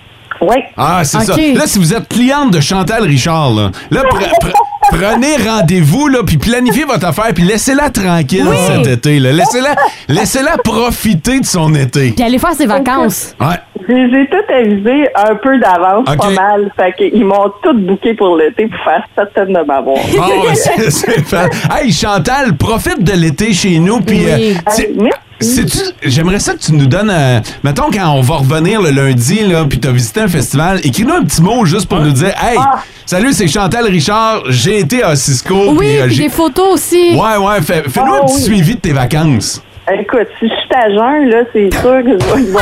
[SPEAKER 6] Oui.
[SPEAKER 2] Ah, c'est
[SPEAKER 4] OK.
[SPEAKER 2] ça. Là, si vous êtes cliente de Chantal Richard, là, là, pre- pre- prenez rendez-vous, là, puis planifiez votre affaire, puis laissez-la tranquille
[SPEAKER 4] Oui.
[SPEAKER 2] cet été, là. Laissez-la laissez-la profiter de son été.
[SPEAKER 4] puis aller faire ses vacances.
[SPEAKER 2] Ouais.
[SPEAKER 6] J'ai j'ai tout avisé un peu d'avance,
[SPEAKER 2] Ok.
[SPEAKER 6] pas mal. Fait qu'ils m'ont tout booké pour l'été pour faire certaine de m'avoir.
[SPEAKER 2] Ah ouais, c'est- c'est fait. Hey, Chantal, profite de l'été chez nous. Puis,
[SPEAKER 4] Oui.
[SPEAKER 2] euh, c'est-
[SPEAKER 6] Hey, merci.
[SPEAKER 2] c'est-tu- J'aimerais ça que tu nous donnes. euh, mettons, quand on va revenir le lundi, là, puis tu as visité un festival, écris-nous un petit mot juste pour nous dire Hey,
[SPEAKER 6] Ah.
[SPEAKER 2] salut, c'est Chantal Richard, j'ai été à Cisco.
[SPEAKER 4] Oui,
[SPEAKER 2] puis, euh,
[SPEAKER 4] puis
[SPEAKER 2] j'ai-
[SPEAKER 4] des photos aussi.
[SPEAKER 2] Ouais, ouais, fais- fais-nous
[SPEAKER 6] Ah,
[SPEAKER 2] un petit
[SPEAKER 6] oui.
[SPEAKER 2] suivi de tes vacances.
[SPEAKER 6] Écoute, si je suis à jeun, là, c'est sûr que je vais.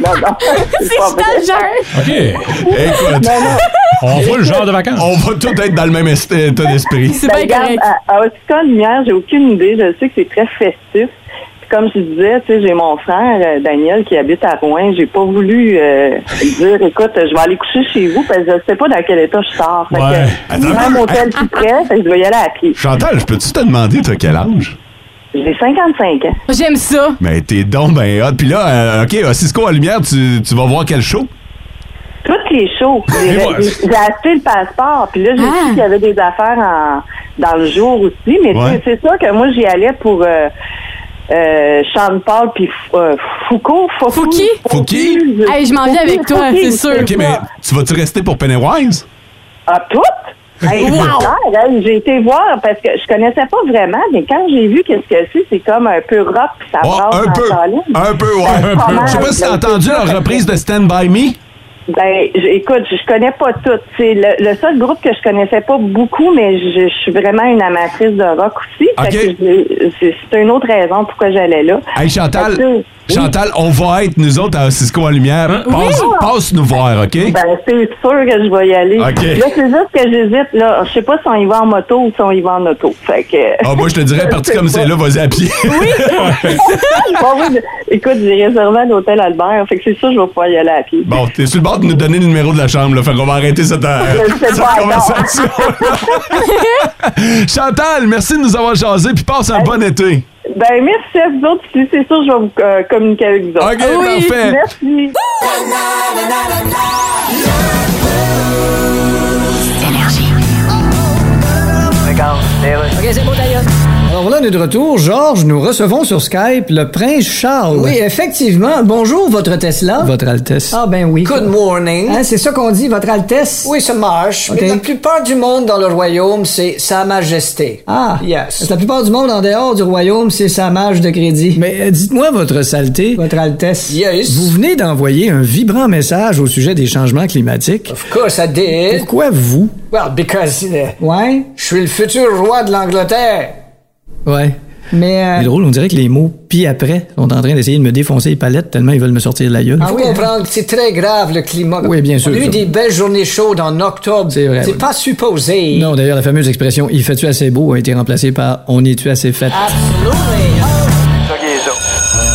[SPEAKER 6] non, non.
[SPEAKER 4] C'est
[SPEAKER 6] pas vrai.
[SPEAKER 4] stagiaire.
[SPEAKER 3] OK.
[SPEAKER 2] Écoute,
[SPEAKER 3] On voit le genre de vacances.
[SPEAKER 2] on va tout être dans le même est- état d'esprit.
[SPEAKER 4] C'est
[SPEAKER 6] Ben,
[SPEAKER 4] bien
[SPEAKER 6] regarde,
[SPEAKER 4] Ah correct.
[SPEAKER 6] à, à Oticon, hier, j'ai aucune idée. Je sais que c'est très festif. Puis Comme je disais, tu sais, j'ai mon frère euh, Daniel qui habite à Rouen. J'ai pas voulu euh, dire, écoute, je vais aller coucher chez vous parce que je sais pas dans quel état je sors. Fait
[SPEAKER 2] Ouais.
[SPEAKER 6] que,
[SPEAKER 2] Attends un
[SPEAKER 6] même
[SPEAKER 2] peu.
[SPEAKER 6] hôtel tout près, fait que je vais y aller à pied.
[SPEAKER 2] Chantal, je peux-tu te demander, t'as quel âge?
[SPEAKER 6] J'ai 55 ans.
[SPEAKER 4] J'aime ça.
[SPEAKER 2] Mais t'es donc ben hot. Puis là, euh, OK, à Cisco à Lumière, tu, tu vas voir quel show?
[SPEAKER 6] Toutes les shows. J'ai
[SPEAKER 2] Et
[SPEAKER 6] j'ai-
[SPEAKER 2] moi-
[SPEAKER 6] j'ai acheté le passeport. Puis là,
[SPEAKER 4] Ah.
[SPEAKER 6] j'ai su qu'il y avait des affaires en- dans le jour aussi. Mais tu
[SPEAKER 2] Ouais.
[SPEAKER 6] sais, c'est ça que moi, j'y allais pour euh, euh, Sean Paul puis euh, Foucault. Fouki?
[SPEAKER 2] Fouki?
[SPEAKER 4] Hey, je m'en viens avec toi, c'est sûr.
[SPEAKER 2] OK, mais tu vas-tu rester pour Pennywise?
[SPEAKER 6] À toutes? Ah, Hey,
[SPEAKER 2] Wow!
[SPEAKER 6] c'est clair, hein, j'ai été voir parce que je connaissais pas vraiment, mais quand j'ai vu qu'est-ce que c'est, c'est comme un peu rock, puis ça
[SPEAKER 2] Oh,
[SPEAKER 6] brasse
[SPEAKER 2] un
[SPEAKER 6] en
[SPEAKER 2] peu.
[SPEAKER 6] saline.
[SPEAKER 2] Un peu, ouais.
[SPEAKER 6] C'est pas mal.
[SPEAKER 2] Je sais pas si t'as entendu la reprise de Stand By Me.
[SPEAKER 6] Ben, j- écoute, je connais pas tout. C'est le, le seul groupe que je connaissais pas beaucoup, mais je, je suis vraiment une amatrice de rock aussi. Fait que je- c'est c'est une autre raison pourquoi j'allais là.
[SPEAKER 2] Hey, Chantal,
[SPEAKER 6] Fait que-
[SPEAKER 2] Chantal, on va être, nous autres, à Cisco à Lumière. Passe,
[SPEAKER 6] Oui.
[SPEAKER 2] passe nous voir, OK?
[SPEAKER 6] Ben, c'est sûr que je vais y aller.
[SPEAKER 2] OK.
[SPEAKER 6] Là, c'est juste que j'hésite. Là, je sais pas si on y va en moto ou si on y va en auto. Fait que.
[SPEAKER 2] Ah, moi, je te dirais, parti comme c'est là, vas-y à pied.
[SPEAKER 6] Oui. Bon, oui, je- écoute, j'ai réservé à l'hôtel Albert. Fait que c'est sûr, je vais pouvoir y aller à pied.
[SPEAKER 2] Bon, t'es sur le bord de nous donner le numéro de la chambre, là. Fait qu'on va arrêter cette, euh,
[SPEAKER 6] Je sais
[SPEAKER 2] cette
[SPEAKER 6] pas, non.
[SPEAKER 2] conversation. Chantal, merci de nous avoir jasé, puis passe un bon été.
[SPEAKER 6] Ben, merci à vous autres. Puis C'est sûr, je vais vous euh, communiquer avec vous autres.
[SPEAKER 2] OK, Oui. parfait.
[SPEAKER 6] Merci.
[SPEAKER 11] Ok, c'est bon, d'ailleurs.
[SPEAKER 7] Alors voilà, on est de retour. Georges, nous recevons sur Skype le prince Charles.
[SPEAKER 11] Oui, effectivement. Bonjour, votre Tesla.
[SPEAKER 7] Votre Altesse.
[SPEAKER 11] Ah ben oui.
[SPEAKER 7] Good
[SPEAKER 11] morning. c'est ça qu'on dit, Votre Altesse. Oui, ça marche.
[SPEAKER 7] Ok.
[SPEAKER 11] Mais la plupart du monde dans le royaume, c'est Sa Majesté.
[SPEAKER 7] Ah,
[SPEAKER 11] Yes.
[SPEAKER 7] La plupart du monde en dehors du royaume, c'est sa marge de crédit. Mais euh, dites-moi votre saleté. Votre Altesse.
[SPEAKER 11] Yes.
[SPEAKER 7] Vous venez d'envoyer un vibrant message au sujet des changements climatiques.
[SPEAKER 11] Of course I did.
[SPEAKER 7] Pourquoi vous?
[SPEAKER 11] Well, because euh,
[SPEAKER 7] Ouais.
[SPEAKER 11] je suis le futur roi de l'Angleterre.
[SPEAKER 7] Ouais.
[SPEAKER 11] Mais... euh,
[SPEAKER 7] C'est drôle, on dirait que les mots pis après sont en train d'essayer de me défoncer les palettes tellement ils veulent me sortir de la gueule.
[SPEAKER 11] Il faut comprendre que c'est très grave le climat.
[SPEAKER 7] Ah hein. Oui, bien sûr,
[SPEAKER 11] On a eu
[SPEAKER 7] ça.
[SPEAKER 11] des belles journées chaudes en octobre.
[SPEAKER 7] C'est vrai, oui.
[SPEAKER 11] pas supposé.
[SPEAKER 7] Non, d'ailleurs, la fameuse expression Il fait-tu assez beau a été remplacée par On est-tu assez fait?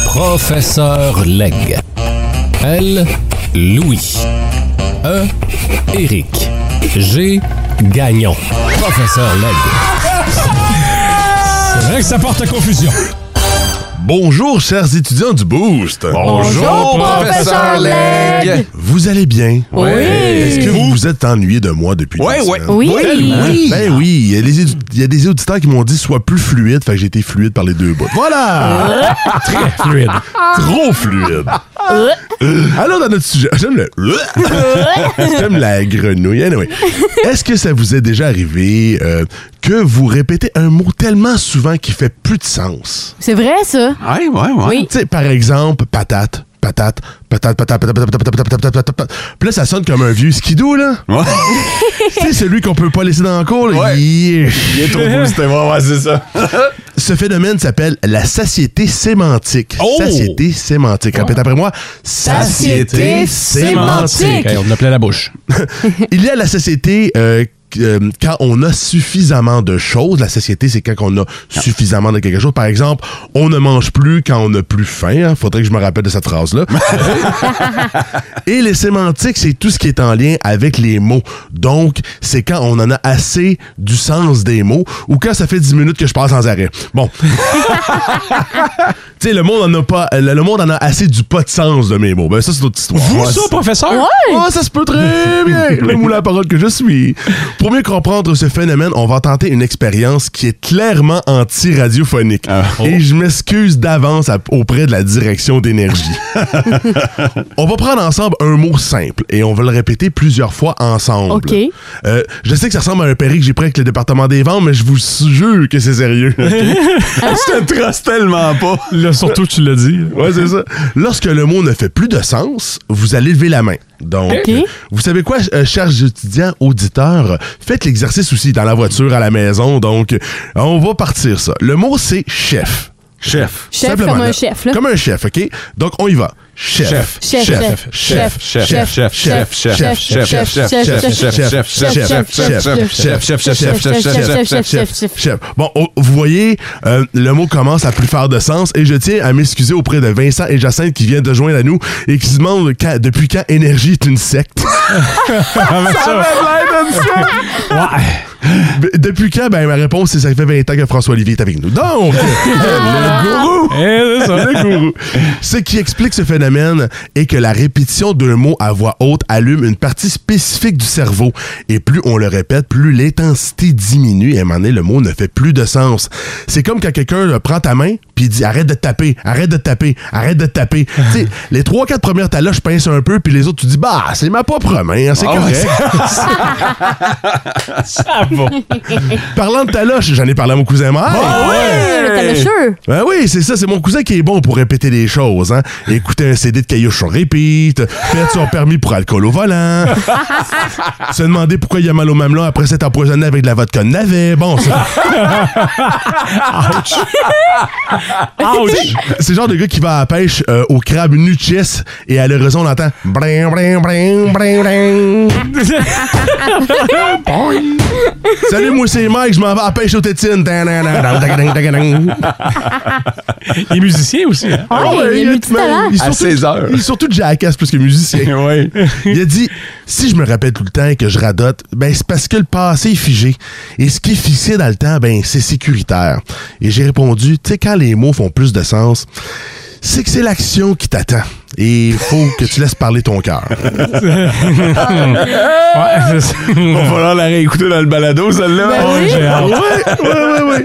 [SPEAKER 1] Professeur Leg. L. Louis. E. Éric. G. Gagnon. Professeur Leg.
[SPEAKER 12] C'est vrai que ça porte à confusion.
[SPEAKER 13] Bonjour, chers étudiants du Boost.
[SPEAKER 12] Bonjour,
[SPEAKER 2] professeur Legge.
[SPEAKER 13] Vous allez bien?
[SPEAKER 2] Oui.
[SPEAKER 13] Est-ce que vous vous êtes ennuyé de moi depuis
[SPEAKER 2] Ouais,
[SPEAKER 13] deux
[SPEAKER 2] ouais.
[SPEAKER 13] semaines?
[SPEAKER 2] Oui.
[SPEAKER 13] Tellement.
[SPEAKER 2] Oui.
[SPEAKER 13] Ben oui, il y a les édu- il y, a des auditeurs qui m'ont dit soit plus fluide, fait que j'ai été fluide par les deux bouts. Voilà! Très fluide. Trop fluide. Alors, dans notre sujet, j'aime le... euh. j'aime la grenouille. Anyway, est-ce que ça vous est déjà arrivé euh, que vous répétez un mot tellement souvent qu'il fait plus de sens?
[SPEAKER 4] C'est vrai, ça?
[SPEAKER 13] Ouais, ouais, ouais.
[SPEAKER 4] Oui.
[SPEAKER 13] Tu sais, par exemple, patate, patate, patate, patate, patate, patate, patate, patate, patate, patate, patate. Puis là, ça sonne comme un vieux skidoo, là. Ouais. c'est celui qu'on peut pas laisser dans le cours, là. Yeah.
[SPEAKER 2] Il est trop boosté, ouais, ouais, c'est ça.
[SPEAKER 13] Ce phénomène s'appelle la satiété sémantique.
[SPEAKER 2] Oh!
[SPEAKER 13] Satiété sémantique. Répète après moi.
[SPEAKER 3] Satiété sémantique. Ok, on a
[SPEAKER 13] plein la bouche. Il y a la satiété euh, qu- euh, quand on a suffisamment de choses. La satiété, c'est quand on a suffisamment de quelque chose. Par exemple, on ne mange plus quand on n'a plus faim. hein. Faudrait que je me rappelle de cette phrase-là. Et les sémantiques, c'est tout ce qui est en lien avec les mots. Donc, c'est quand on en a assez du sens des mots ou quand ça fait 10 minutes que je passe sans arrêt. Bon. tu sais, le monde en a pas. Le le monde en a assez du pas de sens de mes mots. Ben, ça, c'est d'autres histoire.
[SPEAKER 12] Vous,
[SPEAKER 13] Ouais,
[SPEAKER 12] ça,
[SPEAKER 13] c'est-
[SPEAKER 12] professeur?
[SPEAKER 13] Ouais. Ah, ça se peut très bien. Le moule à la parole que je suis. Pour mieux comprendre ce phénomène, on va tenter une expérience qui est clairement anti-radiophonique. Et je m'excuse d'avance à- auprès de la direction d'énergie. on va prendre ensemble un mot simple et on va le répéter plusieurs fois ensemble.
[SPEAKER 4] OK.
[SPEAKER 13] Euh, je sais que ça ressemble à un pari que j'ai pris avec le département des ventes, mais je vous jure que c'est sérieux. OK? je te trace tellement pas. Là, surtout, tu l'as dit. Ouais, c'est ça. Lorsque le mot ne fait plus de sens, vous allez lever la main. Donc,
[SPEAKER 12] OK.
[SPEAKER 13] euh, vous savez quoi, euh, chers étudiants, auditeurs, euh, faites l'exercice aussi dans la voiture, à la maison. Donc, euh, on va partir ça. Le mot, c'est chef. Chef.
[SPEAKER 4] Chef comme un chef, là.
[SPEAKER 13] Comme un chef, OK? Donc, on y va. chef,
[SPEAKER 4] Chef.
[SPEAKER 13] chef, chef, chef, chef, chef, chef, chef, chef, chef, chef, chef, chef, chef, chef. Bon, oh, vous voyez, euh, le mot commence à plus faire de sens et je tiens à m'excuser auprès de Vincent et Jacinthe qui viennent de joindre à nous et qui se demandent quand- depuis quand Énergie est une secte. Ben, Depuis quand? Ben, ma réponse, c'est ça fait 20 ans que François-Olivier est avec nous. Donc, le gourou!
[SPEAKER 3] Eh, c'est ça.
[SPEAKER 13] Le gourou. Ce qui explique ce phénomène est que la répétition d'un mot à voix haute allume une partie spécifique du cerveau. Et plus on le répète, plus l'intensité diminue. Et à un moment donné, le mot ne fait plus de sens. C'est comme quand quelqu'un euh, prend ta main puis dit arrête de taper, arrête de taper, arrête de taper. tu sais, les trois, quatre premières taloches pincent un peu, puis les autres, tu dis bah, c'est ma propre main, hein, c'est
[SPEAKER 8] Ah ouais,
[SPEAKER 13] correct. Parlant de taloche, j'en ai parlé à mon cousin Mike.
[SPEAKER 8] Ah ouais, le talocheux.
[SPEAKER 13] Ben oui, c'est ça, c'est mon cousin qui est bon pour répéter des choses. Hein. Écouter un CD de Caillouche sur repeat, faire son permis pour alcool au volant, se demander pourquoi il y a mal au mamelon après s'être empoisonné avec de la vodka de navet. Bon, ça. C'est- C'est le genre de gars qui va à la pêche euh, au crabe nu de chess et à l'horizon, on entend brin, brin, brin, brin, brin. Salut, moi c'est Mike, je m'en vais à la pêche aux tétines. Dan, dan, dan, dan, dan, dan, dan.
[SPEAKER 3] Il est musicien aussi. Hein?
[SPEAKER 13] Ah ouais, il a- il est
[SPEAKER 2] À
[SPEAKER 13] surtout-
[SPEAKER 2] 16 heures.
[SPEAKER 13] Il est surtout jackass plus que musicien. Il a dit si je me rappelle tout le temps et que je radote, ben c'est parce que le passé est figé. Et ce qui est fixé dans le temps, ben c'est sécuritaire. Et j'ai répondu tu sais, quand les mots font plus de sens, c'est que c'est l'action qui t'attend. Et il faut que tu laisses parler ton cœur.
[SPEAKER 2] Il va falloir la réécouter dans le balado, celle-là.
[SPEAKER 13] Ouais, ouais, ouais, ouais.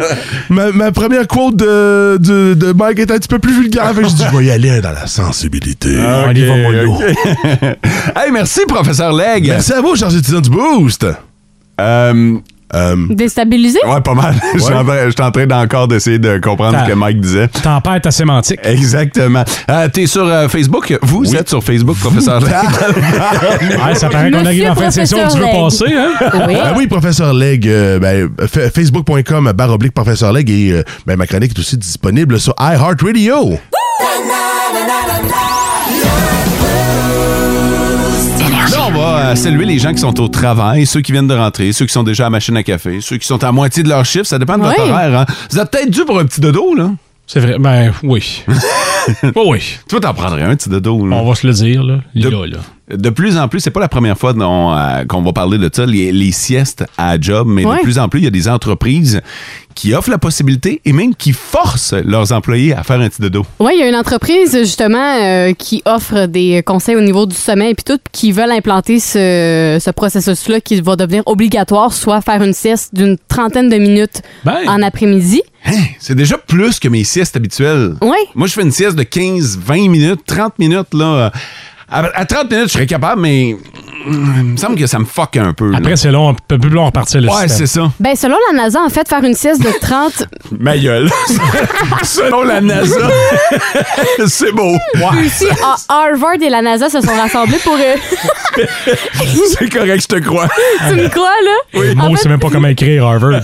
[SPEAKER 13] Ma, ma première quote de, de, de Mike était un petit peu plus vulgaire. Fait que je dis, je vais y aller dans la sensibilité.
[SPEAKER 2] Ah, Ok,
[SPEAKER 13] On y va, mollo.
[SPEAKER 2] ok. hey, merci, professeur Legge.
[SPEAKER 13] Merci à vous, chers étudiants du Boost.
[SPEAKER 2] Euh,
[SPEAKER 4] Déstabilisé?
[SPEAKER 2] ouais, pas mal. Je suis en train- je suis en train d'encore d'essayer de comprendre
[SPEAKER 3] T'as-
[SPEAKER 13] Ah.
[SPEAKER 2] ce que Mike disait.
[SPEAKER 3] T'en perds ta sémantique.
[SPEAKER 2] Exactement. Euh, T'es sur euh, Facebook? Vous êtes sur Facebook, professeur Legge?
[SPEAKER 3] Ouais, ça paraît qu'on arrive en fin de session, tu veux passer, hein?
[SPEAKER 13] Ben oui, professeur Leg, euh, ben, fa- facebook.com barre oblique professeur Leg et euh, ben, ma chronique est aussi disponible sur iHeartRadio.
[SPEAKER 2] Là, on va euh, saluer les gens qui sont au travail, ceux qui viennent de rentrer, ceux qui sont déjà à la machine à café, ceux qui sont à moitié de leur chiffre. Ça dépend de votre
[SPEAKER 3] Oui.
[SPEAKER 2] horaire. hein. Vous êtes peut-être dû pour un petit dodo, là.
[SPEAKER 3] C'est vrai. Ben oui. Oh oui.
[SPEAKER 2] Toi, t'en prendrais un petit dodo. là.
[SPEAKER 3] On va se le dire, là.
[SPEAKER 2] De,
[SPEAKER 3] Là, là.
[SPEAKER 2] de plus en plus, c'est pas la première fois dont, euh, qu'on va parler de ça, les, les siestes à job, mais
[SPEAKER 4] Ouais.
[SPEAKER 2] de plus en plus, il y a des entreprises qui offrent la possibilité et même qui forcent leurs employés à faire un petit dodo.
[SPEAKER 4] Oui, il y a une entreprise justement euh, qui offre des conseils au niveau du sommeil et tout, qui veulent implanter ce, ce processus-là qui va devenir obligatoire, soit faire une sieste d'une trentaine de minutes
[SPEAKER 2] Ben.
[SPEAKER 4] en après-midi.
[SPEAKER 2] Hein? C'est déjà plus que mes siestes habituelles.
[SPEAKER 4] Oui.
[SPEAKER 2] Moi, je fais une sieste de 15, 20 minutes, 30 minutes, là. À, à 30 minutes, je serais capable, mais mm, il me semble que ça me fuck un peu. là.
[SPEAKER 3] Après, c'est long, un peu plus long à repartir le
[SPEAKER 2] Ouais, c'est ça.
[SPEAKER 4] Ben, selon la NASA, en fait, faire une sieste de 30
[SPEAKER 2] Ma gueule. Selon la NASA, c'est beau.
[SPEAKER 4] Puis ici, à Harvard et la NASA se sont rassemblés pour. euh,
[SPEAKER 2] C'est correct, je te crois.
[SPEAKER 4] tu me crois, là?
[SPEAKER 3] Moi, je sais même pas comment écrire Harvard.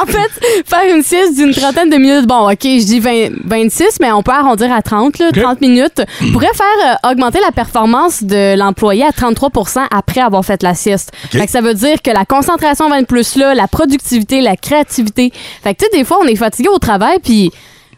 [SPEAKER 4] En fait, faire une sieste d'une trentaine de minutes, bon, OK, je dis 20 26, mais on peut arrondir à 30, là, 30 minutes, pourrait faire euh, augmenter la performance de l'employé à 33 après avoir fait la sieste. Fait que ça veut dire que la concentration va être plus là, la productivité, la créativité. Fait que, tu sais, des fois, on est fatigué au travail, puis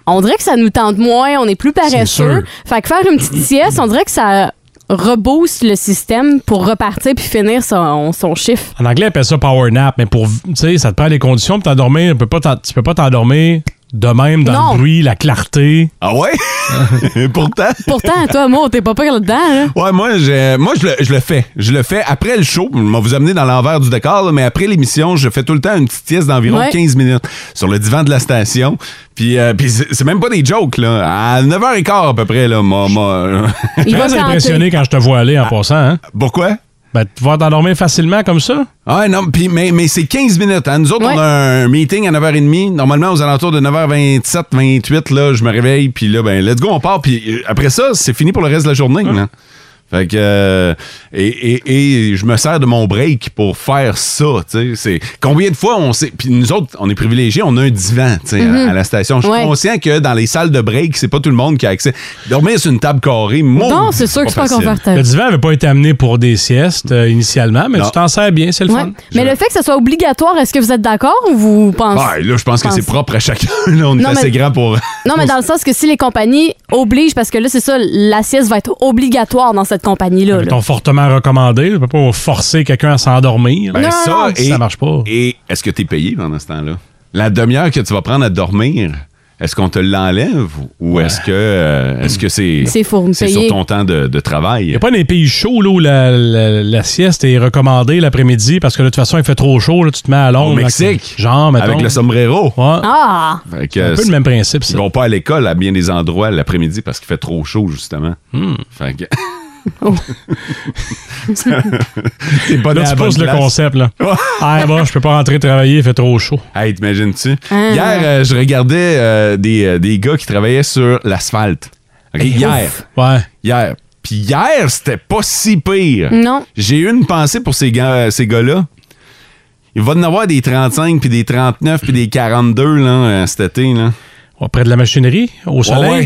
[SPEAKER 4] on dirait que ça nous tente moins, on est plus
[SPEAKER 3] sûr.
[SPEAKER 4] paresseux. Fait que faire une petite sieste, on dirait que ça rebooste le système pour repartir puis finir son, son chiffre.
[SPEAKER 3] En anglais, ils appellent ça power nap, mais pour, tu sais, ça te prend des conditions pour t'endormir. Tu peux pas t'en- tu peux pas t'endormir de même dans
[SPEAKER 4] Non.
[SPEAKER 3] le bruit, la clarté.
[SPEAKER 2] Ah ouais? Pourtant.
[SPEAKER 4] Pourtant, toi, moi, t'es pas pire là-dedans, là.
[SPEAKER 2] Ouais, moi, je, moi je, le, je le fais. Je le fais après le show. Je vais vous amener dans l'envers du décor, là, mais après l'émission, je fais tout le temps une petite sieste d'environ
[SPEAKER 4] Ouais.
[SPEAKER 2] 15 minutes sur le divan de la station. Puis, euh, puis c'est c'est même pas des jokes, là. À 9h15 à peu près, là, moi. euh, moi-
[SPEAKER 3] Je suis très impressionné quand je te vois aller en
[SPEAKER 4] Ah.
[SPEAKER 3] passant. Hein?
[SPEAKER 2] Pourquoi?
[SPEAKER 3] Ben, tu vas t'endormir facilement comme ça.
[SPEAKER 2] Ah non, puis mais, mais c'est 15 minutes. hein. Nous autres, on a un meeting à 9h30. Normalement, aux alentours de 9h27, 28, là, je me réveille, puis là, ben, let's go, on part. Puis euh, après ça, c'est fini pour le reste de la journée. là. Fait que. euh, et, et- et je me sers de mon break pour faire ça. tu sais. C'est, combien de fois on sait. Puis nous autres, on est privilégiés, on a un divan tu sais, à-
[SPEAKER 4] Mm-hmm.
[SPEAKER 14] Mhm.
[SPEAKER 2] à la station. Je suis
[SPEAKER 14] Ouais.
[SPEAKER 2] conscient que dans les salles de break, c'est pas tout le monde qui a accès. Dormir sur une table carrée, mon
[SPEAKER 4] Non,
[SPEAKER 2] Dieu,
[SPEAKER 4] c'est sûr que c'est pas
[SPEAKER 2] facile.
[SPEAKER 4] confortable.
[SPEAKER 3] Le divan n'avait pas été amené pour des siestes euh, initialement, mais
[SPEAKER 2] Non.
[SPEAKER 3] tu t'en sers bien, c'est le
[SPEAKER 4] Ouais.
[SPEAKER 3] fun.
[SPEAKER 4] Mais le fait que ce soit obligatoire, est-ce que vous êtes d'accord ou vous pensez?
[SPEAKER 2] Ouais, là, je pense que
[SPEAKER 4] Pense-
[SPEAKER 2] c'est propre à chacun. là. on est
[SPEAKER 4] Non, mais-
[SPEAKER 2] assez grand pour.
[SPEAKER 4] Non, mais dans le sens que si les compagnies obligent, parce que là, c'est ça, la sieste va être obligatoire dans cette compagnie-là.
[SPEAKER 3] Ils
[SPEAKER 4] là.
[SPEAKER 3] t'ont fortement recommandé. Je peux pas forcer quelqu'un à s'endormir.
[SPEAKER 2] Ben, ça, et-
[SPEAKER 3] marche pas.
[SPEAKER 2] Et est-ce que tu es payé pendant ce temps-là? La demi-heure que tu vas prendre à dormir, est-ce qu'on te l'enlève ou est-ce que euh, est-ce que c'est
[SPEAKER 3] C'est fourni,
[SPEAKER 2] c'est
[SPEAKER 3] payé.
[SPEAKER 2] sur ton temps de, de travail?
[SPEAKER 3] Il n'y a pas des pays chauds là, où la, la- la sieste est recommandée l'après-midi parce que là, de toute façon, il fait trop chaud. Là, tu te mets à l'ombre.
[SPEAKER 2] Au
[SPEAKER 3] là,
[SPEAKER 2] Mexique,
[SPEAKER 3] que- Genre, mettons.
[SPEAKER 2] avec le sombrero.
[SPEAKER 4] Ah!
[SPEAKER 2] Fait
[SPEAKER 3] C'est
[SPEAKER 2] que,
[SPEAKER 3] un peu
[SPEAKER 2] c'est-
[SPEAKER 3] le même principe.
[SPEAKER 2] Ils vont pas à l'école à bien des endroits l'après-midi parce qu'il fait trop chaud, justement.
[SPEAKER 3] Hmm.
[SPEAKER 2] Fait que... T'es pas dans
[SPEAKER 3] Là,
[SPEAKER 2] la
[SPEAKER 3] tu
[SPEAKER 2] bonne
[SPEAKER 3] poses le
[SPEAKER 2] place.
[SPEAKER 3] concept. Là. ah, bon, je peux pas rentrer travailler, il fait trop chaud.
[SPEAKER 2] Hey, t'imagines-tu?
[SPEAKER 3] Hein?
[SPEAKER 2] Hier, euh, je regardais euh, des, euh, des gars qui travaillaient sur l'asphalte. Ok,
[SPEAKER 3] Hey,
[SPEAKER 2] Hier.
[SPEAKER 3] ouf. Ouais.
[SPEAKER 2] Hier. Puis hier, c'était pas si pire.
[SPEAKER 4] Non.
[SPEAKER 2] euh, J'ai eu une pensée pour ces, gars, euh, ces gars-là. Il va en avoir des 35, puis des 39, puis des 42 là, euh, cet été. Là.
[SPEAKER 3] près de la machinerie, au soleil?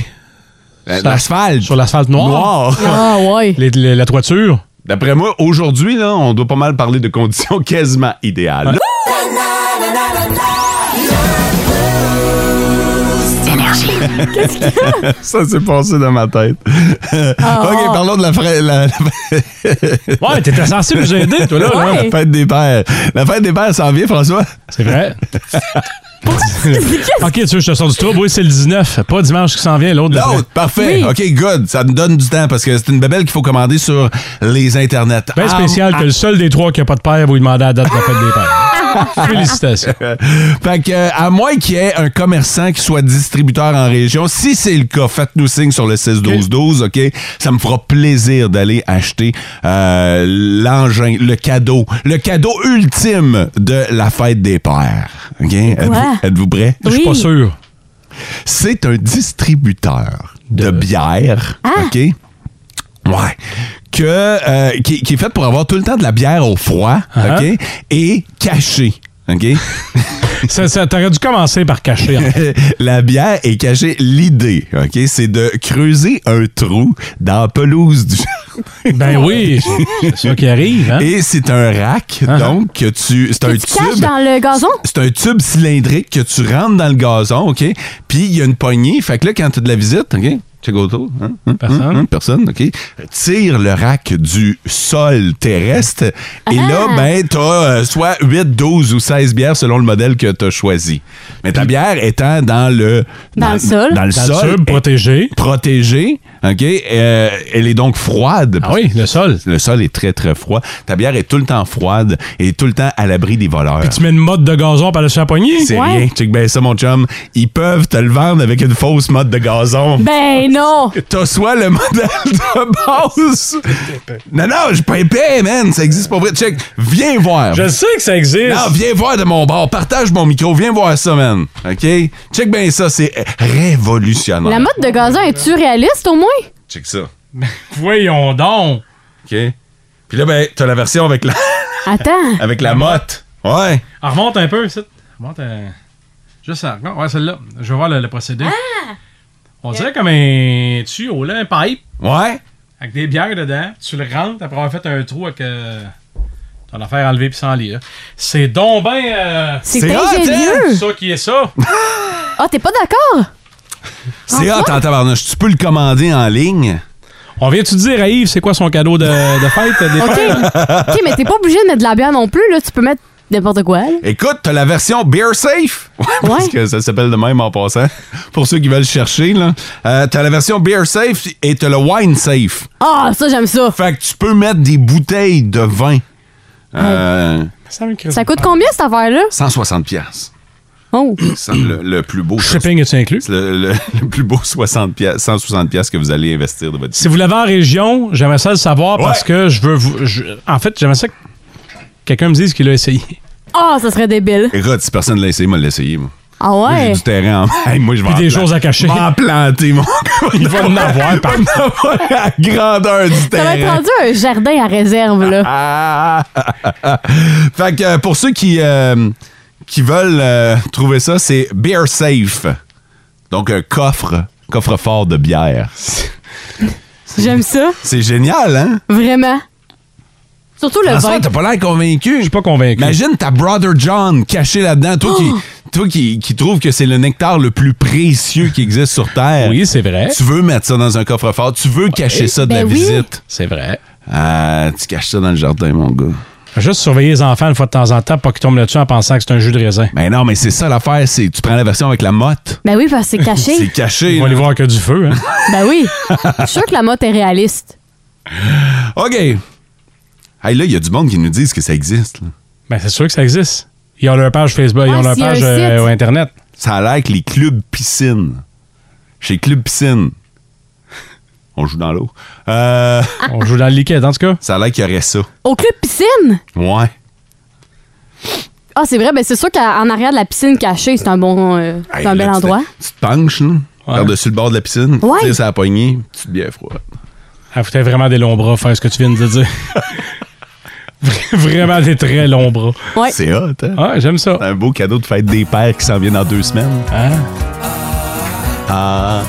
[SPEAKER 2] Euh,
[SPEAKER 3] Sur-
[SPEAKER 2] L'asphalte.
[SPEAKER 3] Sur l'asphalte noir.
[SPEAKER 2] Noir.
[SPEAKER 4] Ah, ouais.
[SPEAKER 3] Les- les- la toiture.
[SPEAKER 2] D'après moi, aujourd'hui, là, on doit pas mal parler de conditions quasiment idéales. Ça s'est passé dans ma tête. OK, parlons de la, fra- la- la-
[SPEAKER 3] Ouais, t'étais censé nous aider, toi, là, là.
[SPEAKER 2] La fête des pères. La fête des pères s'en vient, François.
[SPEAKER 3] C'est vrai. ok, tu veux que je te sors du trouble? Oui, c'est le 19. Pas dimanche qui s'en vient, l'autre. d'après.
[SPEAKER 2] L'autre, parfait. OK, good. Ça nous donne du temps parce que c'est une bebelle qu'il faut commander sur les internets.
[SPEAKER 3] Bien spécial
[SPEAKER 2] Ah,
[SPEAKER 3] que le seul des trois qui n'a pas de père, vous lui demandez la date de la fête des pères. Félicitations.
[SPEAKER 2] Fait que, euh, à moins qu'il y ait un commerçant qui soit distributeur en région, si c'est le cas, faites-nous signe sur le 6-12-12, OK? Ça me fera plaisir d'aller acheter euh, l'engin, le cadeau, le cadeau ultime de la fête des pères. OK? Êtes-vous êtes-vous prêts?
[SPEAKER 3] Je suis pas sûr.
[SPEAKER 2] C'est un distributeur de, bière, OK? Ouais. Que, euh, qui, qui est fait pour avoir tout le temps de la bière au froid, OK? Et cachée, OK?
[SPEAKER 3] Ça, ça, T'aurais dû commencer par cacher. en fait.
[SPEAKER 2] la bière est cachée. L'idée, OK, c'est de creuser un trou dans la pelouse du jardin.
[SPEAKER 3] Ben oui, c'est ça qui arrive. hein?
[SPEAKER 2] Et c'est un rack, donc, que tu. C'est un
[SPEAKER 4] Tu caches
[SPEAKER 2] tube.
[SPEAKER 4] dans le gazon?
[SPEAKER 2] C'est un tube cylindrique que tu rentres dans le gazon, OK? Puis il y a une poignée. Fait que là, quand tu as de la visite, OK? Check autour. hein, hein, hein, hein, personne, OK? Tire le rack du sol terrestre. Et là,
[SPEAKER 4] Ah,
[SPEAKER 2] ben, t'as euh, soit 8, 12 ou 16 bières selon le modèle que tu as choisi. Mais ta bière étant dans le...
[SPEAKER 4] Dans le sol.
[SPEAKER 2] Dans le
[SPEAKER 3] Dans le
[SPEAKER 2] sol.
[SPEAKER 3] tube, protégée.
[SPEAKER 2] Protégée, OK? Euh, elle est donc froide. Ah
[SPEAKER 3] oui, le sol.
[SPEAKER 2] Le sol est très, très froid. Ta bière est tout le temps froide et tout le temps à l'abri des voleurs.
[SPEAKER 3] Puis tu mets une mode de gazon par le chaponnier.
[SPEAKER 2] C'est rien. Check bien ça, mon chum. Ils peuvent te le vendre avec une fausse mode de gazon.
[SPEAKER 4] Ben non!
[SPEAKER 2] T'as soit le modèle de base. Non, non, je suis pas épais, man. Ça existe pas vrai. Check. Viens voir.
[SPEAKER 3] Je sais que ça existe.
[SPEAKER 2] Non, viens voir de mon bord. Partage mon micro. Viens voir ça, man. OK? Check bien ça. C'est révolutionnaire.
[SPEAKER 4] La mode de gazon, es-tu réaliste au moins?
[SPEAKER 2] Check ça.
[SPEAKER 3] Voyons donc.
[SPEAKER 2] OK? Puis là, ben, t'as la version avec la,
[SPEAKER 4] Attends.
[SPEAKER 2] avec la motte. Ouais.
[SPEAKER 3] Ah, remonte un peu, ça. Remonte un... Juste ça. Ouais, celle-là. Je vais voir le, le procédé. On dirait comme un tuyau, là, un pipe.
[SPEAKER 2] Ouais.
[SPEAKER 3] Avec des bières dedans. Tu le rentres après avoir fait un trou avec euh, ton affaire enlevée puis sans lit. hein. C'est donc ben... euh,
[SPEAKER 4] C'est C'est hot, ingénieux. hein?
[SPEAKER 3] ça qui est ça.
[SPEAKER 4] Ah, t'es pas d'accord? Ah,
[SPEAKER 2] C'est hot hein. en tabarnouche. Tu peux le commander en ligne.
[SPEAKER 3] On vient-tu dire à Yves c'est quoi son cadeau de, de fête? Des
[SPEAKER 4] Ah, OK. OK, mais t'es pas obligé de mettre de la bière non plus, là. Tu peux mettre n'importe quoi, là.
[SPEAKER 2] Écoute, t'as la version Beer Safe. Ouais, Parce que ça s'appelle de même en passant. Pour ceux qui veulent chercher, là. Euh, t'as la version Beer Safe et t'as le Wine Safe.
[SPEAKER 4] Ah, ça, j'aime ça.
[SPEAKER 2] Fait que tu peux mettre des bouteilles de vin. Euh,
[SPEAKER 4] Ça coûte combien, cette affaire-là?
[SPEAKER 2] 160 pièces.
[SPEAKER 4] Oh.
[SPEAKER 2] C'est le, le plus beau.
[SPEAKER 3] Shipping est inclus?
[SPEAKER 2] C'est le, le- le plus beau 60 pièces, 160 pièces que vous allez investir de votre vie.
[SPEAKER 3] Si vous l'avez en région, j'aimerais ça le savoir parce que je veux vous. je- en fait, j'aimerais ça que quelqu'un me dise qu'il a essayé.
[SPEAKER 4] Ah, ça serait débile.
[SPEAKER 2] Écoute, si personne ne l'a essayé, moi, l'essayer. moi.
[SPEAKER 4] Ah ouais?
[SPEAKER 2] du terrain en Hey, moi, je vais
[SPEAKER 3] Puis des
[SPEAKER 2] en
[SPEAKER 3] choses à cacher.
[SPEAKER 2] M'en planter, mon gars.
[SPEAKER 3] Il va en avoir par-
[SPEAKER 2] Il va en avoir la grandeur du
[SPEAKER 4] Ça va être
[SPEAKER 2] terrain.
[SPEAKER 4] rendu un jardin à réserve, là.
[SPEAKER 2] Ah, ah, ah. fait que euh, pour ceux qui, euh, qui veulent euh, trouver ça, c'est Beer Safe. Donc, un coffre, coffre-fort de bière.
[SPEAKER 4] J'aime ça.
[SPEAKER 2] C'est génial, hein?
[SPEAKER 4] Vraiment. Surtout le
[SPEAKER 2] François,
[SPEAKER 4] vin.
[SPEAKER 2] t'as pas l'air convaincu. Je suis
[SPEAKER 3] pas convaincu.
[SPEAKER 2] Imagine ta Brother John caché là-dedans. Toi, qui, toi qui, qui trouves que c'est le nectar le plus précieux qui existe sur Terre.
[SPEAKER 3] Oui, c'est vrai.
[SPEAKER 2] Tu veux mettre ça dans un coffre-fort. Tu veux cacher ça de
[SPEAKER 4] Ben
[SPEAKER 2] la
[SPEAKER 4] oui.
[SPEAKER 2] visite.
[SPEAKER 3] C'est vrai.
[SPEAKER 2] Ah, tu caches ça dans le jardin, mon gars.
[SPEAKER 3] Juste surveiller les enfants une fois de temps en temps, pas qu'ils tombent là-dessus en pensant que c'est un jus de raisin.
[SPEAKER 2] Mais non, mais c'est ça l'affaire. c'est Tu prends la version avec la motte.
[SPEAKER 4] Ben oui, parce que c'est caché.
[SPEAKER 2] C'est caché.
[SPEAKER 3] On va
[SPEAKER 2] là.
[SPEAKER 3] aller voir que du feu. Hein?
[SPEAKER 4] ben oui. Je suis sûr que la motte est réaliste.
[SPEAKER 2] OK. Hey, là, il y a du monde qui nous disent que ça existe. là.
[SPEAKER 3] Ben, c'est sûr que ça existe. Ils ont leur page Facebook, ils
[SPEAKER 4] Ouais,
[SPEAKER 3] ont leur
[SPEAKER 4] s'il y a un
[SPEAKER 3] page euh,
[SPEAKER 4] site.
[SPEAKER 3] au Internet.
[SPEAKER 2] Ça a l'air que les clubs piscines. Chez Club Piscine. On joue dans l'eau. Euh,
[SPEAKER 3] On joue dans le liquide, en tout cas.
[SPEAKER 2] ça a l'air qu'il y aurait ça.
[SPEAKER 4] Au club piscine?
[SPEAKER 2] Ouais.
[SPEAKER 4] Ah, c'est vrai, ben c'est sûr qu'en arrière de la piscine cachée, c'est un bon. euh,
[SPEAKER 2] Hey,
[SPEAKER 4] c'est un
[SPEAKER 2] là,
[SPEAKER 4] bel
[SPEAKER 2] tu te-
[SPEAKER 4] endroit.
[SPEAKER 2] Tu te penches, là, par-dessus le bord de la piscine,
[SPEAKER 4] Ouais.
[SPEAKER 2] tu tires ça a poignée, tu te bien froid.
[SPEAKER 3] Ah, faut être vraiment des longs bras, faire ce que tu viens de dire. Vra- vraiment des très longs bras.
[SPEAKER 4] Ouais.
[SPEAKER 2] C'est hot, hein?
[SPEAKER 3] Ouais, j'aime ça.
[SPEAKER 2] C'est un beau cadeau de fête des pères qui s'en vient dans deux semaines.
[SPEAKER 3] Hein?
[SPEAKER 2] Ah.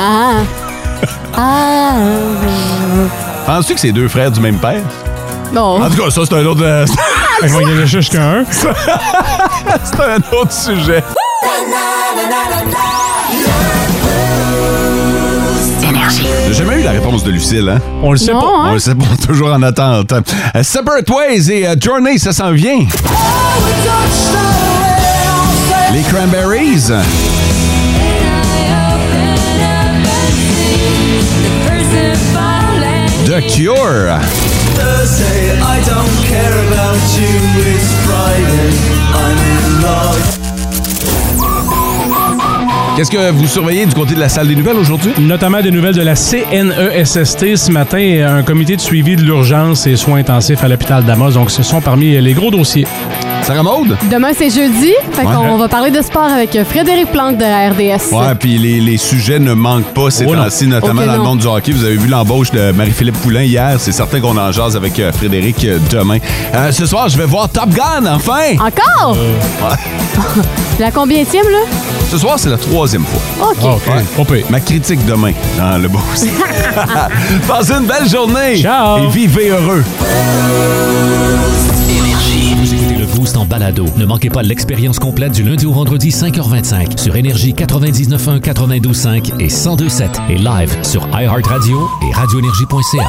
[SPEAKER 4] Ah. Ah.
[SPEAKER 2] Penses-tu que c'est deux frères du même père?
[SPEAKER 4] Bon.
[SPEAKER 2] En tout cas, ça, c'est un autre... euh,
[SPEAKER 3] Il va y aller juste qu'un.
[SPEAKER 2] c'est un autre sujet. J'ai jamais eu la réponse de Lucille, hein?
[SPEAKER 3] On le sait
[SPEAKER 4] Non,
[SPEAKER 3] pas.
[SPEAKER 2] On
[SPEAKER 4] hein?
[SPEAKER 2] le sait pas, toujours en attente. Euh, Separate Ways et euh, Journey, ça s'en vient. Les Cranberries. The Cure. Qu'est-ce que vous surveillez du côté de la salle des nouvelles aujourd'hui?
[SPEAKER 3] Notamment des nouvelles de la E CNESST. Ce matin, euh, un comité de suivi de l'urgence et soins intensifs à l'hôpital d'Amos. Donc, ce sont parmi les gros dossiers.
[SPEAKER 2] Sarah Maude?
[SPEAKER 4] Demain, c'est jeudi. Fait
[SPEAKER 2] Ouais.
[SPEAKER 4] qu'on va parler de sport avec euh, Frédéric Plante de la RDS.
[SPEAKER 2] Ouais, puis les, les sujets ne manquent pas ces
[SPEAKER 3] Oh non.
[SPEAKER 2] temps-ci, notamment
[SPEAKER 4] Ok,
[SPEAKER 2] dans le
[SPEAKER 4] non.
[SPEAKER 2] monde du hockey. Vous avez vu l'embauche de Marie-Philippe Poulain hier. C'est certain qu'on en jase avec euh, Frédéric euh, demain. Euh, ce soir, je vais voir Top Gun, enfin!
[SPEAKER 4] Encore?
[SPEAKER 2] Euh, Ouais.
[SPEAKER 4] La combien là?
[SPEAKER 2] Ce soir, c'est la troisième fois.
[SPEAKER 4] OK.
[SPEAKER 3] OK.
[SPEAKER 2] Ouais.
[SPEAKER 3] Pas pire.
[SPEAKER 2] Ma critique demain dans le boost. Passez une belle journée!
[SPEAKER 3] Ciao.
[SPEAKER 2] Et vivez heureux!
[SPEAKER 1] Vous écoutez le Boost en balado. Ne manquez pas l'expérience complète du lundi au vendredi 5h25 sur Énergie 99.1, 92.5 et 102.7 et live sur iHeartRadio et radioénergie.ca.